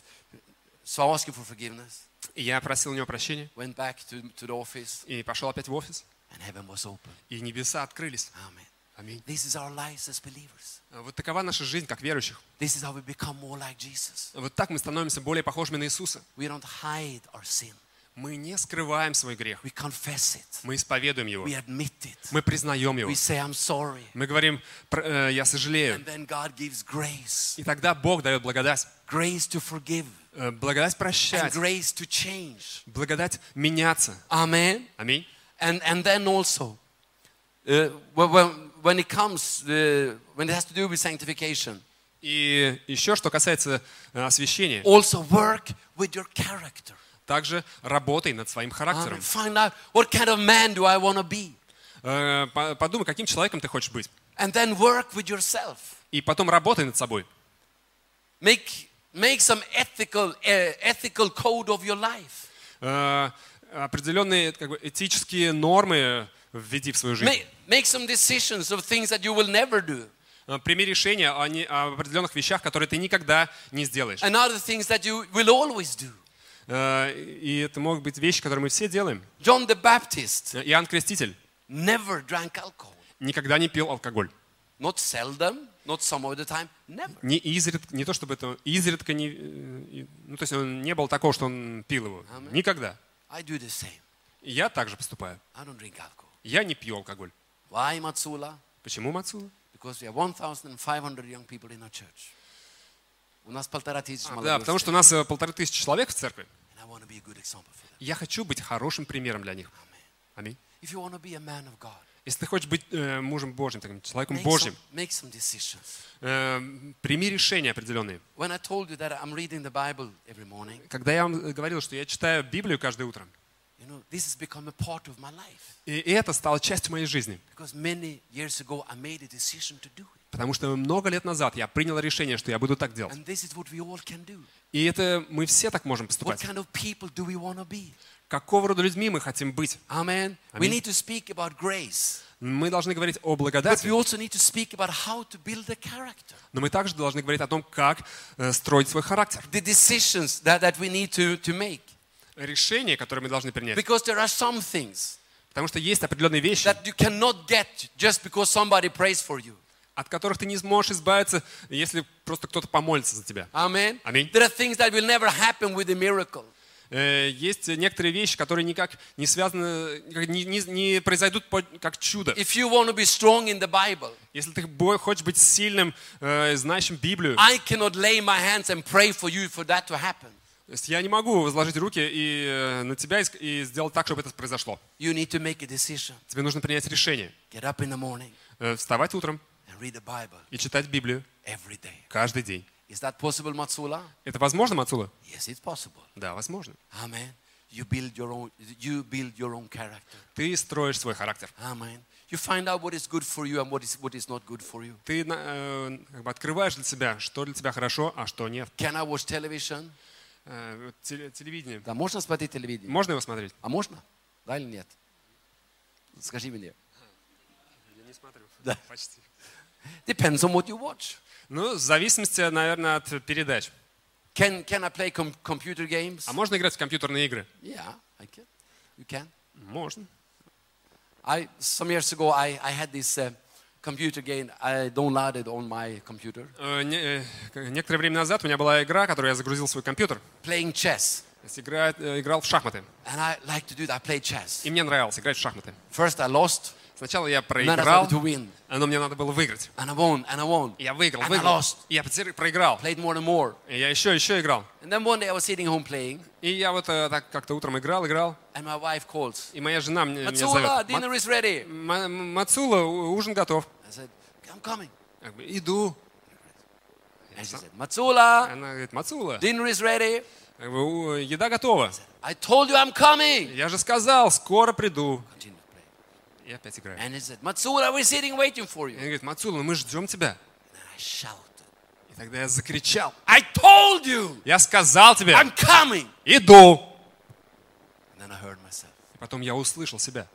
A: So I asked him for forgiveness,
B: И я просил у него прощения.
A: went back to, to the office,
B: И пошел опять в офис.
A: and heaven was open.
B: И небеса открылись.
A: Amen.
B: Аминь.
A: This is our lives as believers.
B: Вот такова наша жизнь, как верующих.
A: This is how we become more like Jesus.
B: Вот так мы становимся более похожими на Иисуса.
A: We don't hide our sin,
B: Мы не скрываем свой грех.
A: we confess it,
B: Мы исповедуем его.
A: we admit it,
B: Мы признаем его.
A: we say, I'm sorry.
B: Мы говорим, «Пр- э, я
A: And
B: сожалею.
A: then God gives grace
B: И тогда Бог дает благодать.
A: grace to forgive,
B: Э, Благодать
A: and
B: прощать.
A: grace to change.
B: Благодать меняться.
A: Amen.
B: Аминь.
A: And, and then also, uh, when, when- when it comes, uh, when it has to do with sanctification,
B: И еще, что касается э, освящения,
A: also work with your character.
B: также работай над своим характером.
A: Amen. Find out what kind of man do I want to be.
B: Э, по- Подумай, каким человеком ты хочешь быть.
A: And then work with yourself.
B: И потом работай над собой.
A: Make, make some ethical, uh, ethical code of your life.
B: Э, Определенные как бы, этические нормы введи в свою жизнь.
A: Make, make some decisions of things that you will never do.
B: Э, Прими решение о, не- о определенных вещах, которые ты никогда не сделаешь.
A: And other things that you will always do.
B: Э, И это могут быть вещи, которые мы все делаем.
A: John the Baptist
B: Э, Иоанн Креститель
A: never drank alcohol.
B: никогда не пил алкоголь.
A: Not seldom, not some of the time, never.
B: Не, изред- не то чтобы это изредка не... э, и- Ну, то есть он не было такого, что он пил его. Никогда.
A: I do the same.
B: И Я также поступаю.
A: I don't drink alcohol.
B: Я не пью алкоголь.
A: Why Matsula?
B: Почему, Мацула?
A: Because we have 1,500 young people in our church. У нас полтора тысячи
B: Да,
A: молодых.
B: потому что у нас э, полторы тысячи человек в церкви.
A: And I want to be a good example for them.
B: Я хочу быть хорошим примером для них.
A: Amen.
B: Аминь.
A: If you want to be a man of God,
B: Если ты хочешь быть э, мужем Божьим, таким человеком
A: make
B: Божьим,
A: some, make some decisions.
B: э, прими решения определенные.
A: When I told you that I'm reading the Bible every morning,
B: Когда я вам э, говорил, что я читаю Библию каждое утро,
A: you know, this has become a part of my life.
B: и это стало частью моей жизни.
A: Because many years ago, I made a decision to do it.
B: Потому что много лет назад я принял решение, что я буду так делать.
A: And this is what we all can do.
B: И это мы все так можем
A: What
B: поступать.
A: kind of people do we want to be?
B: Какого рода людьми мы хотим быть?
A: Amen. We
B: Amen.
A: need to speak about grace.
B: Мы должны говорить о
A: But we
B: благодати,
A: also need to speak about how to build a character.
B: но мы также должны говорить о том, как э, строить свой характер.
A: The decisions that, that we need to, to make.
B: Решения, которые мы должны принять.
A: Because there are some things
B: Потому что есть определенные вещи,
A: that you cannot get just because somebody prays for you.
B: от которых ты не сможешь избавиться, если просто кто-то помолится за тебя.
A: Amen.
B: Amen.
A: There are things that will never happen with a miracle.
B: Э, Есть некоторые вещи, которые никак не связаны, не, не- не произойдут по- как чудо.
A: If you want to be strong in the Bible,
B: Если ты бо- хочешь быть сильным, э, знающим Библию,
A: I cannot lay my hands and pray for you for that to happen.
B: то есть я не могу возложить руки и э, на тебя и ск- и сделать так, чтобы это произошло.
A: You need to make a decision.
B: Тебе нужно принять решение.
A: Get up in the morning
B: Э, Вставать утром
A: and read the Bible
B: и читать Библию
A: every day.
B: каждый день.
A: Is that possible, Matsula?
B: Это возможно, Мацула?
A: Yes, it's possible.
B: Да, возможно.
A: Amen. You build your own you build your own character.
B: Ты строишь свой характер.
A: Amen. You find out what is good for you and what is what is not good for you.
B: Ты на- э, как бы открываешь для себя, что для тебя хорошо, а что нет.
A: Can I watch television?
B: Э, вот теле- телевидение.
A: Да, можно смотреть телевидение?
B: Можно его смотреть?
A: А можно? Да или нет? Скажи мне.
B: Я не смотрю.
A: Да.
B: Почти.
A: Depends on what you watch.
B: Ну, в зависимости, наверное, от передач.
A: Can, can I play com- computer games?
B: А можно играть в компьютерные игры?
A: Yeah, I can. You can.
B: Можно.
A: I some years ago I, I had this uh, computer game. I downloaded on my computer
B: Э, не- э, к- некоторое время назад у меня была игра, которую я загрузил в свой компьютер.
A: playing chess,
B: То есть игра- э, играл в шахматы.
A: and I like to do that. I play chess.
B: И мне нравилось играть в шахматы.
A: First I lost,
B: Sначала я
A: and then I started
B: проиграл, э,
A: to win,
B: но мне надо было выиграть.
A: and I won, and I won.
B: И Я выиграл,
A: And I
B: выиграл.
A: lost.
B: И я потер- проиграл.
A: Played more and more,
B: И я еще, еще играл.
A: and then one day I was sitting home playing,
B: И я вот э, так как-то утром играл, играл.
A: and my wife calls.
B: И моя жена мне, меня
A: Matsula,
B: зовет.
A: dinner is ready.
B: «Ма- М- Мацула, у- ужин готов.
A: I said, I'm coming.
B: Я говорю, Иду.
A: And she said, Matsula,
B: Она говорит, Мацула,
A: dinner is ready.
B: как бы, у- еда готова.
A: I told you I'm coming.
B: Я же сказал, скоро приду.
A: Continue to play.
B: И опять играю.
A: And he said, Matsula, we're sitting waiting for
B: И
A: you.
B: она говорит, Мацула, ну мы ждем тебя.
A: And I shouted,
B: И тогда я закричал.
A: I told you
B: Я сказал тебе,
A: I'm coming.
B: иду.
A: And then I heard myself
B: И потом я услышал себя,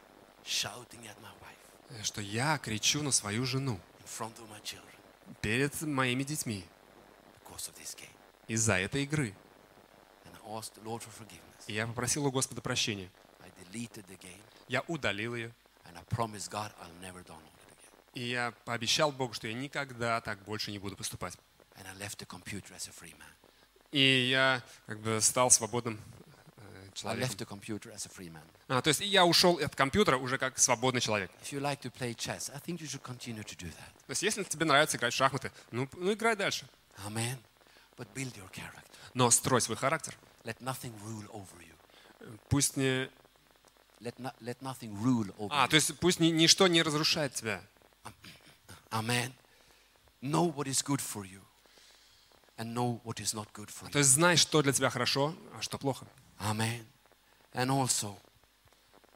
A: shouting at my wife
B: э, что я кричу на свою жену
A: in front of my children
B: перед моими детьми
A: because of this game.
B: из-за этой игры.
A: And I asked the Lord for forgiveness.
B: И я попросил у Господа прощения.
A: I deleted the game
B: Я удалил ее.
A: and I promised God I'll never download it again.
B: И я пообещал Богу, что я никогда так больше не буду поступать.
A: And I left the computer as a free man.
B: И я как бы стал свободным э,
A: I left
B: человеком.
A: the computer as a free man.
B: А, то есть я ушел от компьютера уже как свободный человек.
A: If you like to play chess, I think you should continue to do that.
B: То есть если тебе нравится играть в шахматы, ну, п- ну играй дальше.
A: Amen. But build your character.
B: Но строй свой характер.
A: Let nothing rule over you.
B: Пусть не...
A: Let, no, let nothing rule over
B: А,
A: you.
B: то есть пусть ни- ничто не разрушает тебя.
A: Amen. Know what is good for you and know what is not good for you.
B: То есть знай, что для тебя хорошо, а что плохо.
A: Amen. And also,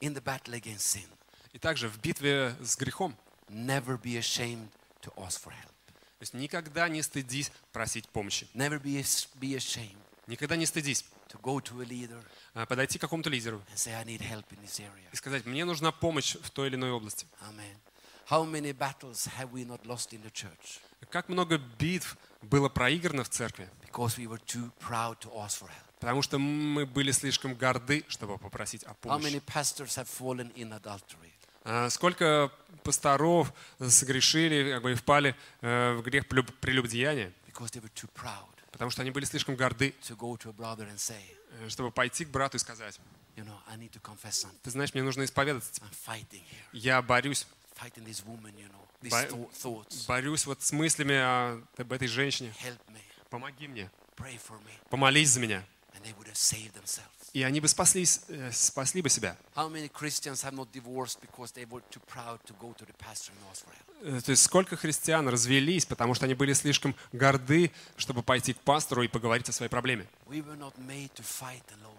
A: in the battle against sin,
B: И также в битве с грехом,
A: never be ashamed to ask for help.
B: то есть никогда не стыдись просить помощи.
A: Never be, as- be ashamed
B: Никогда не стыдись
A: to go to a leader
B: а, подойти к какому-то лидеру
A: and say, I need help in this area.
B: и сказать, мне нужна помощь в той или иной области.
A: Amen. How many battles have we not lost in the church
B: Как много битв было проиграно в церкви,
A: because we were too proud to ask for help?
B: потому что мы были слишком горды, чтобы попросить о
A: How many
B: помощи.
A: pastors have fallen in adultery?
B: А, Сколько пасторов согрешили как бы, и впали э, в грех прелюб- прелюбодеяния,
A: Because they were too proud
B: потому что они были слишком горды,
A: to go to a brother and say,
B: э, чтобы пойти к брату и сказать,
A: you know, I need to confess something.
B: ты знаешь, мне нужно исповедаться,
A: I'm fighting here,
B: я борюсь,
A: fighting this woman, you know, these
B: Ba-
A: thou- thoughts.
B: борюсь вот с мыслями о- об этой женщине.
A: Help me,
B: Помоги мне,
A: pray for me.
B: помолись за меня.
A: And they would have saved themselves.
B: И они бы спаслись, э, спасли бы себя.
A: How many Christians have not divorced because they were too proud to go to the pastor and ask for help?
B: Э, То есть сколько христиан развелись, потому что они были слишком горды, чтобы пойти к пастору и поговорить о своей проблеме.
A: We were not made to fight alone.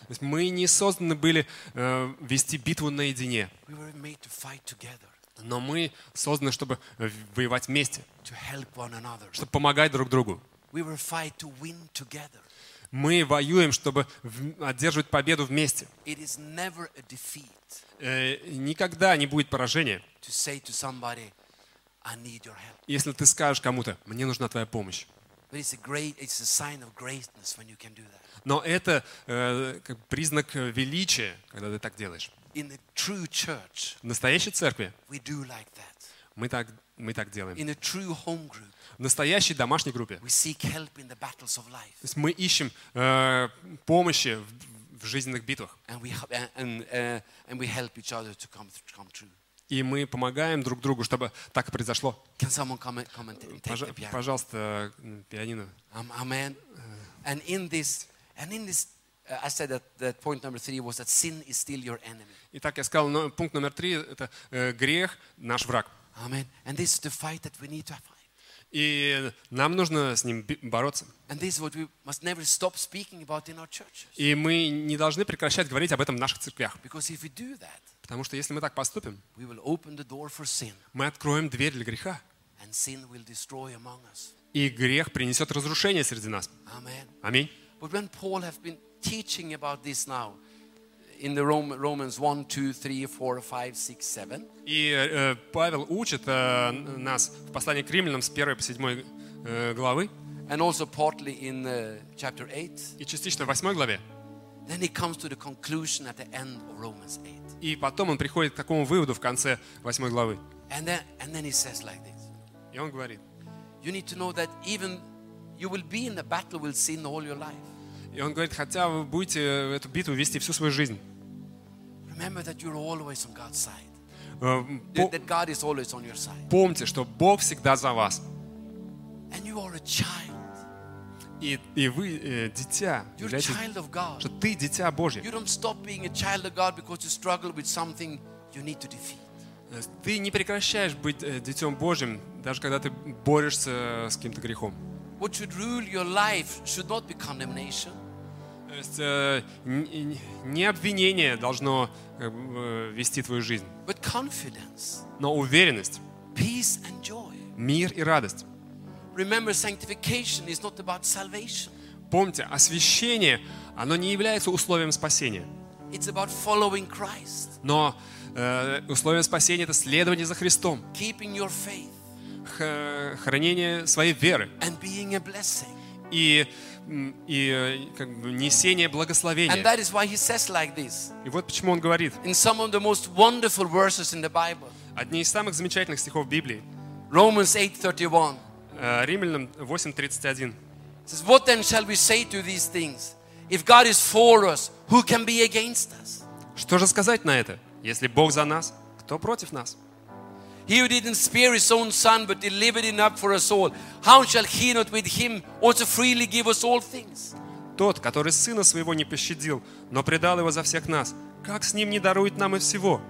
B: То есть мы не созданы были э, вести битву наедине,
A: We were made to fight together,
B: но мы созданы, чтобы э, воевать вместе,
A: to help one another.
B: чтобы помогать друг другу.
A: We were fight to win together.
B: Мы воюем, чтобы в- одерживать победу вместе.
A: It is never a defeat
B: Э, никогда не будет поражения,
A: to say to somebody, I need your help.
B: если ты скажешь кому-то, мне нужна твоя помощь.
A: But it's a great it's a sign of greatness when you can do that.
B: Но это э, как признак величия, когда ты так делаешь.
A: In the true church,
B: В настоящей церкви
A: we do like that.
B: мы так, мы так делаем.
A: In a true home group,
B: В настоящей домашней группе.
A: we seek help in the battles of life.
B: То есть мы ищем э, помощи в, в жизненных битвах.
A: And we, h- and, uh, and we help each other to come, to come true.
B: И мы помогаем друг другу, чтобы так и произошло.
A: Can someone come and, come and t- take
B: Пожа-
A: the piano?
B: пожалуйста, э, пианино.
A: Um, amen. And in this, and in this, uh, I said that, that point number three was that sin is still your enemy.
B: Итак, я сказал, но пункт номер три – это э, грех, наш враг.
A: Amen. And this is the fight that we need to fight.
B: И нам нужно с ним би- бороться.
A: And this is what we must never stop speaking about in our churches.
B: И мы не должны прекращать говорить об этом в наших церквях.
A: Because if we do that,
B: Потому что если мы так поступим,
A: we will open the door for sin,
B: мы откроем дверь для греха.
A: and sin will destroy among us.
B: И грех принесет разрушение среди нас.
A: Amen.
B: Аминь.
A: But when Paul has been teaching about this now, in the Rom- Romans 1, 2, 3, 4, 5, 6, 7,
B: И э, Павел учит э, нас в послании к римлянам с 1 по 7 э, главы
A: and also partly in uh, chapter 8,
B: и частично в 8 главе.
A: then he comes to the conclusion at the end of Romans 8.
B: И потом он приходит к такому выводу в конце 8 главы.
A: And then, and then he says like this
B: И он говорит,
A: You need to know that even you will be in the battle with sin all your life.
B: и он говорит, хотя вы будете э, эту битву вести всю свою жизнь,
A: Remember that you're always on God's side,
B: э, по-
A: that God is always on your side.
B: помните, что Бог всегда за вас.
A: And you are a child.
B: И, и вы э, дитя,
A: You're a
B: являетесь-
A: child of God.
B: что ты дитя Божье.
A: You don't stop being a child of God because you struggle with something you need to defeat.
B: Э, Ты не прекращаешь быть э, детем Божьим, даже когда ты борешься э, с каким-то грехом.
A: What should rule your life should not be condemnation,
B: То есть э, н- н- не обвинение должно как бы, э, вести твою жизнь,
A: but confidence,
B: но уверенность,
A: peace, and joy.
B: мир и радость.
A: Remember, sanctification is not about salvation,
B: Помните, освящение, оно не является условием спасения,
A: it's about following Christ.
B: но э, условием спасения это следование за Христом,
A: keeping your faith
B: х- хранение своей веры
A: and being a blessing.
B: и, м, и э, как бы несение
A: And
B: благословения.
A: that is why he says like this
B: И вот почему он говорит,
A: in some of the most wonderful verses in the Bible.
B: одни из самых замечательных стихов Библии,
A: Romans 8:31
B: э, Римлянам 8.31.
A: says, "What then shall we say to these things? If God is for us, who can be against us?
B: Что же сказать на это? Если Бог за нас, кто против нас?
A: He who didn't spare his own son but delivered him up for us all, how shall he not with him also freely give us all things?"
B: Тот, который сына своего не пощадил, но предал его за всех нас, как с ним не дарует нам и всего?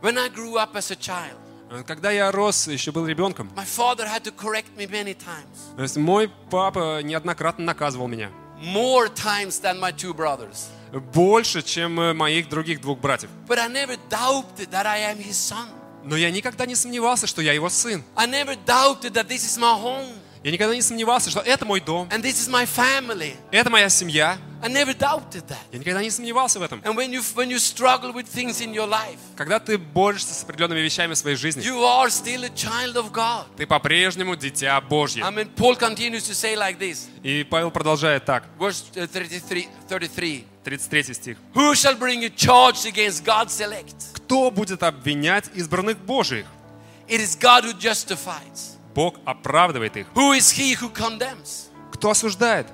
A: When I grew up as a child,
B: Э, Когда я рос, еще был ребенком,
A: my father had to correct me many times,
B: то есть мой папа неоднократно наказывал меня.
A: more times than my two brothers.
B: Больше, чем э, моих других двух братьев.
A: But I never doubted that I am his son.
B: Но я никогда не сомневался, что я его сын.
A: I never doubted that this is my home
B: Я никогда не сомневался, что это мой дом,
A: and this is my family.
B: это моя семья.
A: I never doubted that.
B: Я никогда не сомневался в этом.
A: And when you when you struggle with things in your life,
B: Когда ты борешься с определенными вещами в своей жизни,
A: you are still a child of God.
B: ты по-прежнему дитя Божье.
A: I mean, Paul continues to say like this,
B: И Павел продолжает так,
A: verse uh, 33, 33.
B: 33 стих.
A: Who shall bring a charge against God's elect?
B: Кто будет обвинять избранных Божьих?
A: It is God who justifies.
B: Бог оправдывает их.
A: Who is he who condemns?
B: Кто осуждает?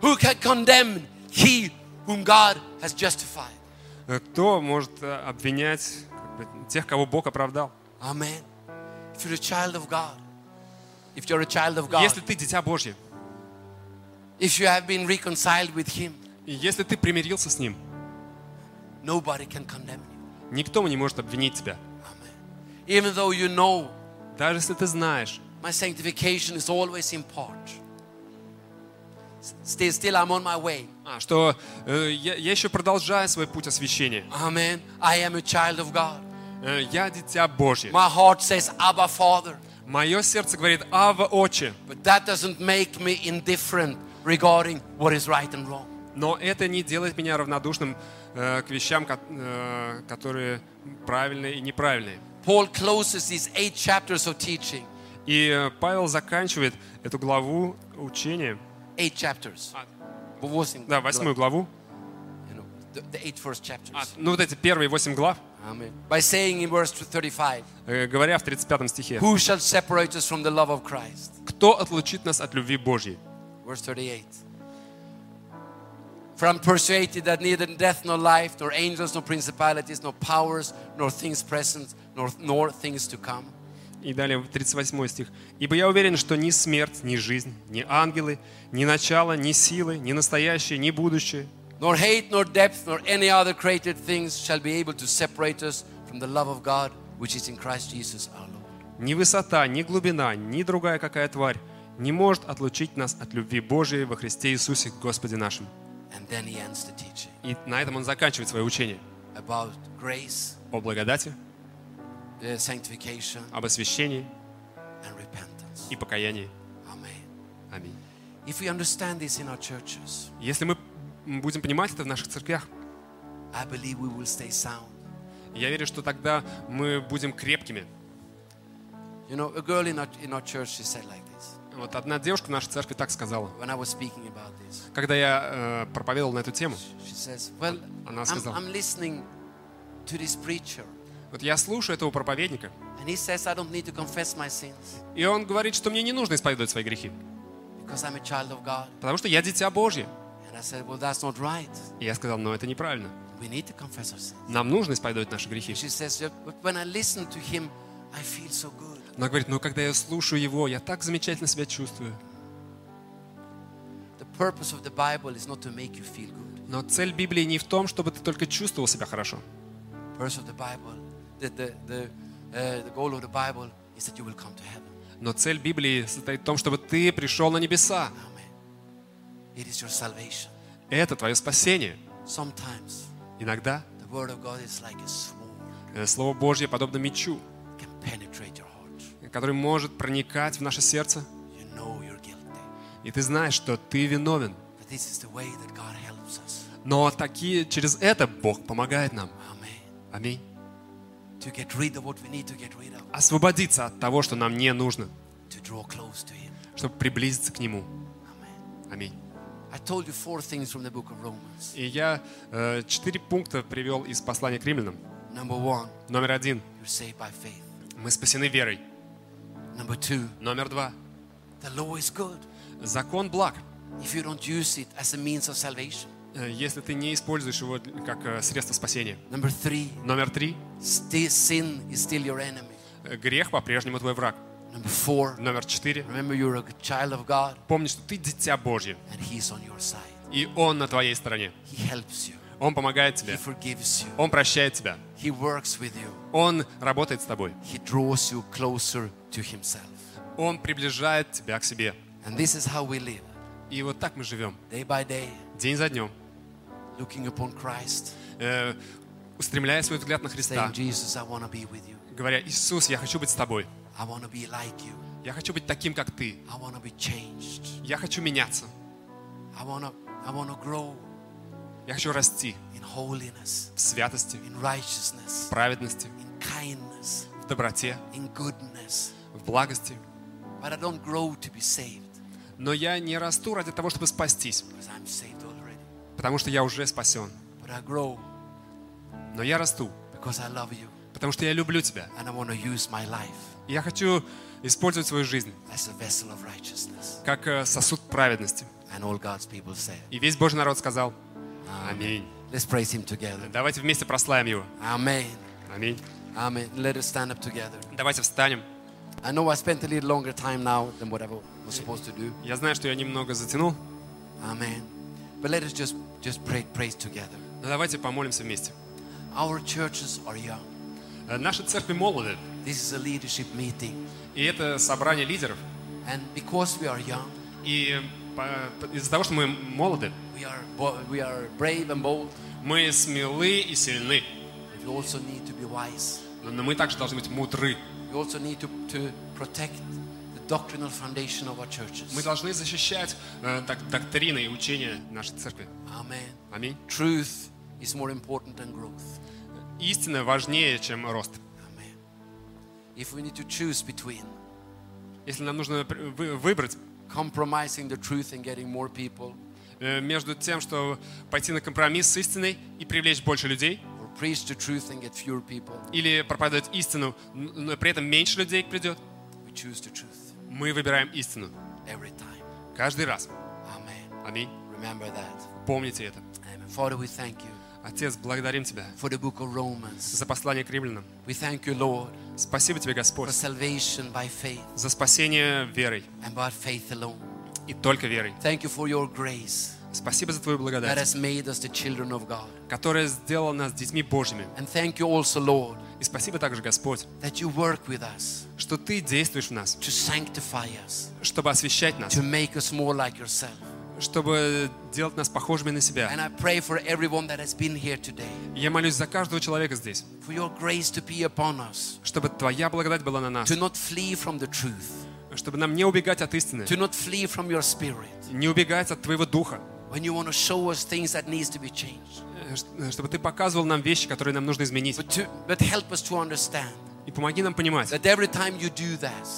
A: Who can condemn he whom God has justified?
B: Э, Кто может э, обвинять как бы, тех, кого Бог оправдал?
A: Amen. If you're a child of God, if you're a child of God,
B: Если ты дитя Божье,
A: if you have been reconciled with Him,
B: и если ты примирился с Ним,
A: nobody can condemn you.
B: никто не может обвинить тебя.
A: Amen. Even though you know
B: Даже если ты знаешь,
A: my sanctification is always in part, S- still, still I'm on my way.
B: а, что э, я, я еще продолжаю свой путь освящения.
A: Amen. I am a child of God.
B: Э, я дитя Божье.
A: My heart says, Abba, Father.
B: Мое сердце говорит «Ава, Отче»,
A: But that doesn't make me indifferent regarding what is right and wrong.
B: но это не делает меня равнодушным э, к вещам, ко- э, которые правильные и неправильные.
A: Paul closes these eight chapters of teaching,
B: И э, Павел заканчивает эту главу учения,
A: eight chapters.
B: А,
A: But wasn't
B: да, восьмую главу,
A: you know, the, the eight first chapters.
B: А, ну вот эти первые восемь глав,
A: Amen. By saying in verse 35,
B: э, говоря в 35 стихе,
A: Who shall separate us from the love of Christ?
B: «Кто отлучит нас от любви Божьей?»
A: Verse 38. For I'm persuaded that neither death nor life, nor angels, nor principalities, nor powers, nor things present, nor, nor things to come.
B: И далее 38 стих. «Ибо я уверен, что ни смерть, ни жизнь, ни ангелы, ни начало, ни силы, ни настоящее, ни будущее,
A: Nor hate, nor depth, nor any other created things shall be able to separate us from the love of God which is in Christ Jesus our Lord.
B: ни высота, ни глубина, ни другая какая тварь не может отлучить нас от любви Божией во Христе Иисусе Господе нашим».
A: And then he ends the teaching
B: И на этом он заканчивает свое учение
A: about grace,
B: о благодати,
A: uh, sanctification,
B: об освящении
A: and repentance.
B: и покаянии.
A: Amen.
B: Аминь.
A: If we understand this in our churches,
B: Если мы будем понимать это в наших церквях,
A: I believe we will stay sound.
B: я верю, что тогда мы будем крепкими.
A: You know, a girl in our, in our church, she said like this
B: Вот одна девушка в нашей церкви так сказала.
A: when I was speaking about this.
B: Когда я э, проповедовал на эту тему,
A: She says, Well,
B: Она
A: I'm,
B: сказала.
A: I'm listening to this preacher,
B: вот я слушаю этого проповедника,
A: and he says I don't need to confess my sins
B: и он говорит, что мне не нужно исповедовать свои грехи,
A: because I'm a child of God.
B: потому что я дитя Божье.
A: And I said, Well, that's not right.
B: И я сказал, но это неправильно.
A: We need to confess our sins.
B: Нам нужно исповедовать наши грехи.
A: She says, "Yeah, But when I listen to him, I feel so good.
B: Она говорит, но когда я слушаю его, я так замечательно себя чувствую.
A: The purpose of the Bible is not to make you feel good.
B: Но цель Библии не в том, чтобы ты только чувствовал себя хорошо.
A: purpose of the Bible, the, the, the, uh, the goal of the Bible is that you will come to heaven.
B: Но цель Библии состоит в том, чтобы ты пришел на небеса.
A: Amen. It is your salvation.
B: Это твое спасение.
A: Sometimes
B: Иногда
A: the Word of God is like a sword,
B: э, Слово Божье подобно мечу,
A: it can penetrate your heart.
B: который может проникать в наше сердце,
A: You know you're guilty.
B: и ты знаешь, что ты виновен.
A: But this is the way that God helps us.
B: Но такие, через это Бог помогает нам.
A: Amen.
B: Аминь.
A: To get rid of what we need to get rid of,
B: Освободиться от того, что нам не нужно,
A: to draw close to Him.
B: чтобы приблизиться к Нему.
A: Amen.
B: Аминь.
A: I told you four things from the book of Romans.
B: И я э, четыре пункта привел из послания к римлянам.
A: Number one,
B: Номер один.
A: you're saved by faith.
B: Мы спасены верой.
A: Number two,
B: Номер два.
A: the law is good
B: Закон благ.
A: if you don't use it as a means of salvation.
B: Э, Если ты не используешь его как э, средство спасения.
A: Number three,
B: Номер три.
A: Still, sin is still your enemy.
B: Э, Грех по-прежнему твой враг.
A: Number four,
B: Номер четыре.
A: remember you're a child of God
B: Помни, что ты дитя Божье,
A: and He's on your side.
B: и Он на твоей стороне.
A: He helps you,
B: Он помогает
A: He
B: тебе,
A: forgives you,
B: Он прощает тебя,
A: He works with you,
B: Он работает с тобой,
A: He draws you closer to Himself.
B: Он приближает тебя к себе.
A: And this is how we live
B: И вот так мы живем,
A: day by day,
B: день за днем,
A: looking upon Christ,
B: э, устремляя свой взгляд на
A: saying,
B: Христа,
A: Jesus, I want to be with you.
B: говоря, Иисус, я хочу быть с тобой,
A: I want to be like you.
B: я хочу быть таким, как ты,
A: I want to be changed.
B: я хочу меняться,
A: I want to, I want to grow
B: я хочу расти
A: in holiness,
B: в святости,
A: in
B: в
A: righteousness,
B: праведности,
A: in kindness,
B: в доброте,
A: in goodness.
B: в благости.
A: But I don't grow to be saved.
B: Но я не расту ради того, чтобы спастись,
A: because I'm saved already.
B: потому что я уже спасен.
A: But I grow
B: Но я расту,
A: because I love you
B: потому что я люблю тебя.
A: and I want to use my life
B: Я хочу использовать свою жизнь
A: as a vessel of righteousness.
B: как э, сосуд праведности.
A: And all God's people say,
B: И весь Божий народ сказал Аминь.
A: Let's praise Him together.
B: Давайте вместе прославим Его.
A: Amen.
B: Аминь.
A: Amen. Let us stand up together.
B: Давайте встанем.
A: I know I spent a little longer time now than what I was supposed to do.
B: Я знаю, что я немного затянул,
A: Amen. But let us just, just pray, praise together.
B: но давайте помолимся вместе.
A: Our churches are young.
B: Э, Наши церкви молоды,
A: This is a leadership meeting.
B: и это собрание лидеров.
A: And because we are young,
B: И по- по- из-за того, что мы молоды,
A: we are, bo- we are brave and bold.
B: мы смелы и сильны,
A: We also need to be wise.
B: но но мы также должны быть мудры.
A: We also need to, to protect the doctrinal foundation of our churches.
B: Мы должны защищать э, док- доктрины и учения нашей церкви.
A: Amen.
B: Аминь.
A: Truth is more important than growth.
B: Истина важнее, чем рост.
A: Amen. If we need to choose between
B: Если нам нужно при- вы- выбрать
A: compromising the truth and getting more people
B: э, э, между тем, что пойти на компромисс с истиной и привлечь больше людей,
A: or preach the truth and get fewer people.
B: или проповедовать истину, н- но при этом меньше людей придет,
A: We choose the truth
B: мы выбираем истину.
A: every time.
B: Каждый раз.
A: Amen.
B: Аминь.
A: Remember that.
B: Помните это.
A: Amen. Father, we thank you
B: Отец, благодарим Тебя
A: for the book of Romans.
B: за послание к римлянам.
A: We thank you, Lord,
B: Спасибо Тебе, Господь,
A: for salvation by faith
B: за спасение верой
A: and by faith alone.
B: и только верой.
A: Thank you for your grace
B: Спасибо за Твою
A: that
B: благодать,
A: has made us the children of God.
B: которая сделала нас детьми Божьими.
A: And thank you also, Lord,
B: И спасибо также, Господь,
A: that you work with us
B: что Ты действуешь в нас,
A: to sanctify us,
B: чтобы освещать нас,
A: to make us more like yourself.
B: чтобы делать нас похожими на себя.
A: And I pray for everyone that has been here today,
B: Я молюсь за каждого человека здесь,
A: for your grace to be upon us,
B: чтобы Твоя благодать была на нас,
A: to not flee from the truth,
B: чтобы нам не убегать от истины,
A: to not flee from your spirit
B: не убегать от Твоего Духа,
A: when you want to show us things that needs to be changed.
B: э, ш- чтобы Ты показывал нам вещи, которые нам нужно изменить.
A: But, to, but help us to understand
B: И помоги нам понимать,
A: that every time you do that,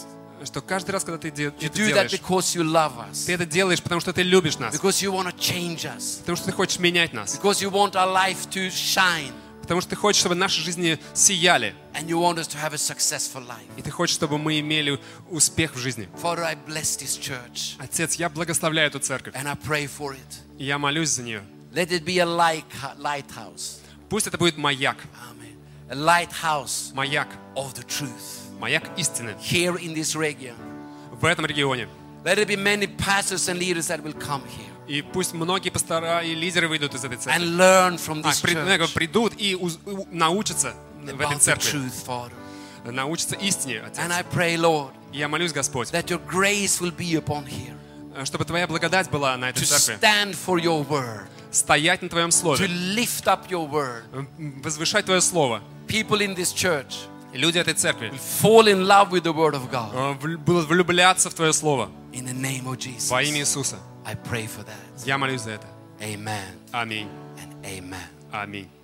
B: что каждый раз, когда ты де-
A: you
B: это
A: do that
B: делаешь,
A: because you love us,
B: ты это делаешь, потому что ты любишь нас,
A: because you want to change us,
B: потому что ты хочешь менять нас,
A: because you want our life to shine
B: потому что ты хочешь, чтобы наши жизни сияли,
A: and you want us to have a successful life.
B: и ты хочешь, чтобы мы имели успех в жизни.
A: Father, I bless this church
B: Отец, я благословляю эту церковь,
A: and I pray for it.
B: и я молюсь за нее.
A: Let it be a light, lighthouse.
B: Пусть это будет маяк,
A: Amen. A lighthouse
B: маяк,
A: of the truth
B: маяк истины
A: here in this region.
B: в этом регионе.
A: Let it be many pastors and leaders that will come here
B: И пусть многие пастора и лидеры выйдут из этой церкви,
A: and learn from
B: А,
A: this
B: при- ну, я говорю,
A: church
B: придут и уз- у- научатся в этой
A: about the
B: церкви,
A: truth, Father.
B: научатся истине,
A: And
B: Отец.
A: I pray, Lord,
B: И Я молюсь, Господь,
A: that your grace will be upon here
B: чтобы Твоя благодать была на этой
A: to
B: церкви.
A: stand for your word,
B: стоять на Твоем
A: to
B: Слове,
A: lift up your word.
B: м, возвышать Твое Слово.
A: People in this church
B: Люди этой церкви
A: fall in love with the word of
B: э,
A: God.
B: вл- будут влюбляться в Твое Слово
A: In the name of Jesus,
B: во имя Иисуса.
A: I pray for that.
B: Я молюсь за это.
A: Amen
B: Аминь.
A: and amen.
B: Аминь.